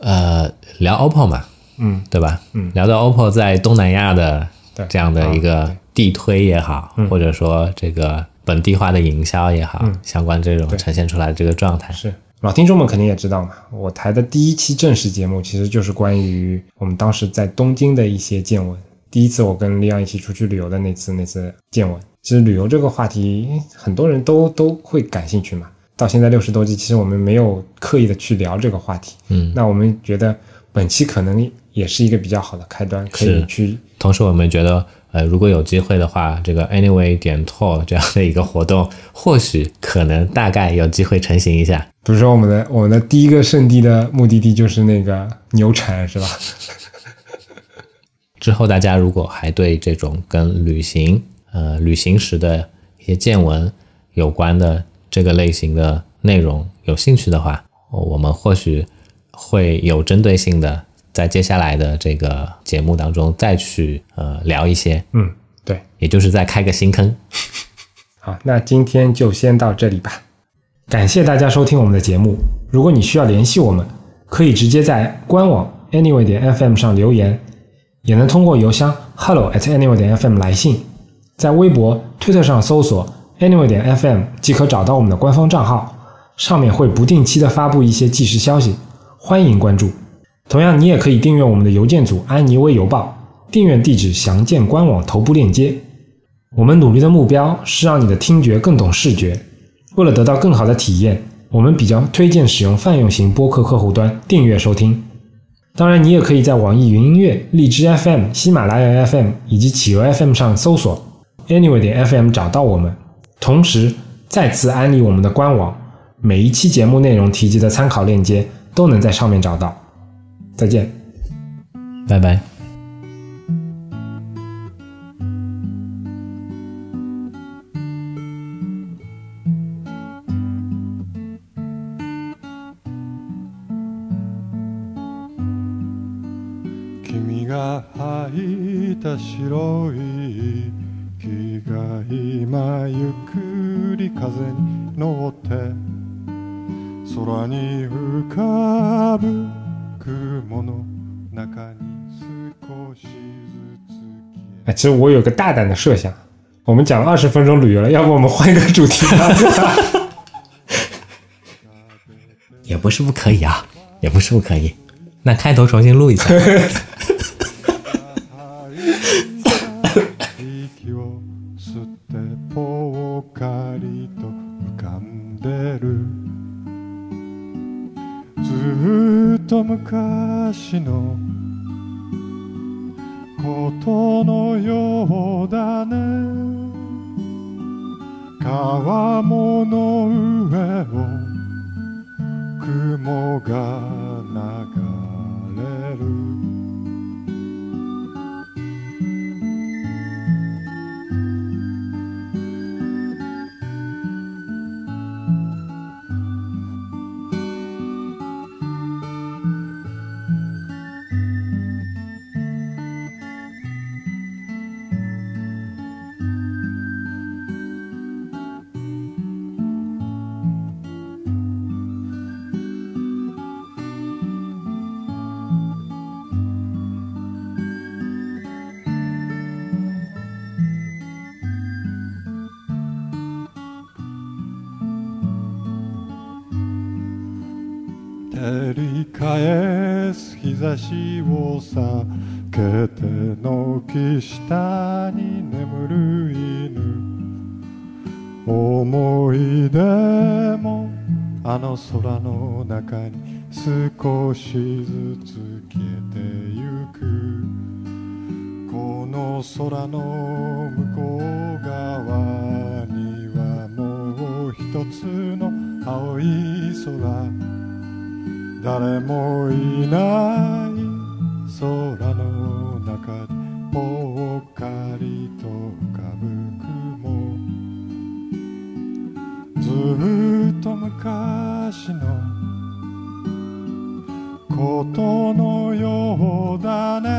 B: 呃，聊 OPPO 嘛，
A: 嗯，
B: 对吧？
A: 嗯
B: 聊到 OPPO 在东南亚的
A: 对啊嗯
B: 这样的一个地推也好，或者说这个本地化的营销也好，相关这种呈现出来的这个状态，
A: 是老听众们肯定也知道嘛，我台的第一期正式节目其实就是关于我们当时在东京的一些见闻。第一次我跟利昂一起出去旅游的那次，那次见闻，其实旅游这个话题很多人都都会感兴趣嘛。到现在六十多集，其实我们没有刻意的去聊这个话题。
B: 嗯，
A: 那我们觉得本期可能也是一个比较好的开端，可以
B: 是
A: 去
B: 同时，我们觉得，呃，如果有机会的话，这个 Anyway 点 Tour 这样的一个活动，或许可能大概有机会成型一下。
A: 比如说我们的我们的第一个圣地的目的地就是那个牛禅， 是吧？
B: 之后，大家如果还对这种跟旅行，呃，旅行时的一些见闻有关的这个类型的内容有兴趣的话，我们或许会有针对性的在接下来的这个节目当中再去呃聊一些，
A: 嗯，对。
B: 也就是再开个新坑。
A: 好，那今天就先到这里吧。感谢大家收听我们的节目。如果你需要联系我们，可以直接在官网 anyway 点 fm 上留言，也能通过邮箱 hello at anyway 点 fm 来信。在微博、推特上搜索 anyway 点 fm 即可找到我们的官方账号，上面会不定期的发布一些即时消息，欢迎关注。同样，你也可以订阅我们的邮件组“安妮微邮报”，订阅地址详见官网头部链接。我们努力的目标是让你的听觉更懂视觉。为了得到更好的体验，我们比较推荐使用泛用型播客客户端订阅收听。当然，你也可以在网易云音乐、荔枝 FM、喜马拉雅 FM 以及企鹅 FM 上搜索 Anyway 点 FM 找到我们。同时，再次安利我们的官网，每一期节目内容提及的参考链接都能在上面找到。再见。
B: 拜拜。
E: 「が吐いた白い息が今ゆっくり風に乗って空に浮かぶ雲の中に少しずつ消え
A: 哎，其实我有个大胆的设想，我们讲了二十分钟旅游了，要不我们换一个主题吧？
B: 也不是不可以啊，也不是不可以。那开头重新录一下，
E: 息を吸ってぽっかりと浮かんでるずーっと昔のことのようだね川もの上を雲が流れる照り返す日差しを避けて軒下に眠る犬思い出もあの空の中に少しずつ消えてゆくこの空の向こう側にはもう一つの青い空誰もいない空の中でぽっかりと浮かぶ雲ずーっと昔のことのようだね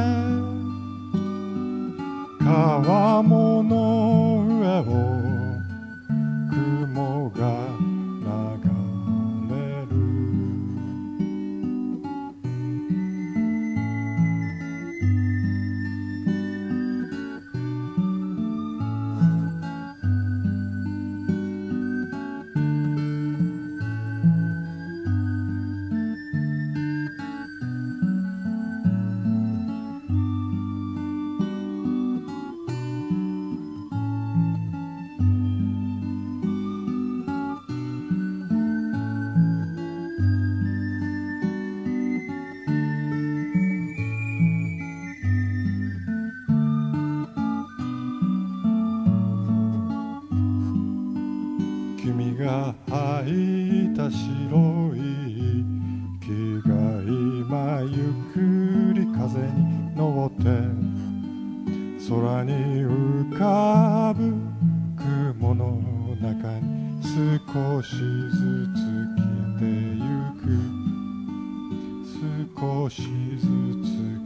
E: 川もの上を雲が流れる君が吐いた白い息が今ゆっくり風に乗って空に浮かぶ雲の中に少しずつ消えてゆく少しずつ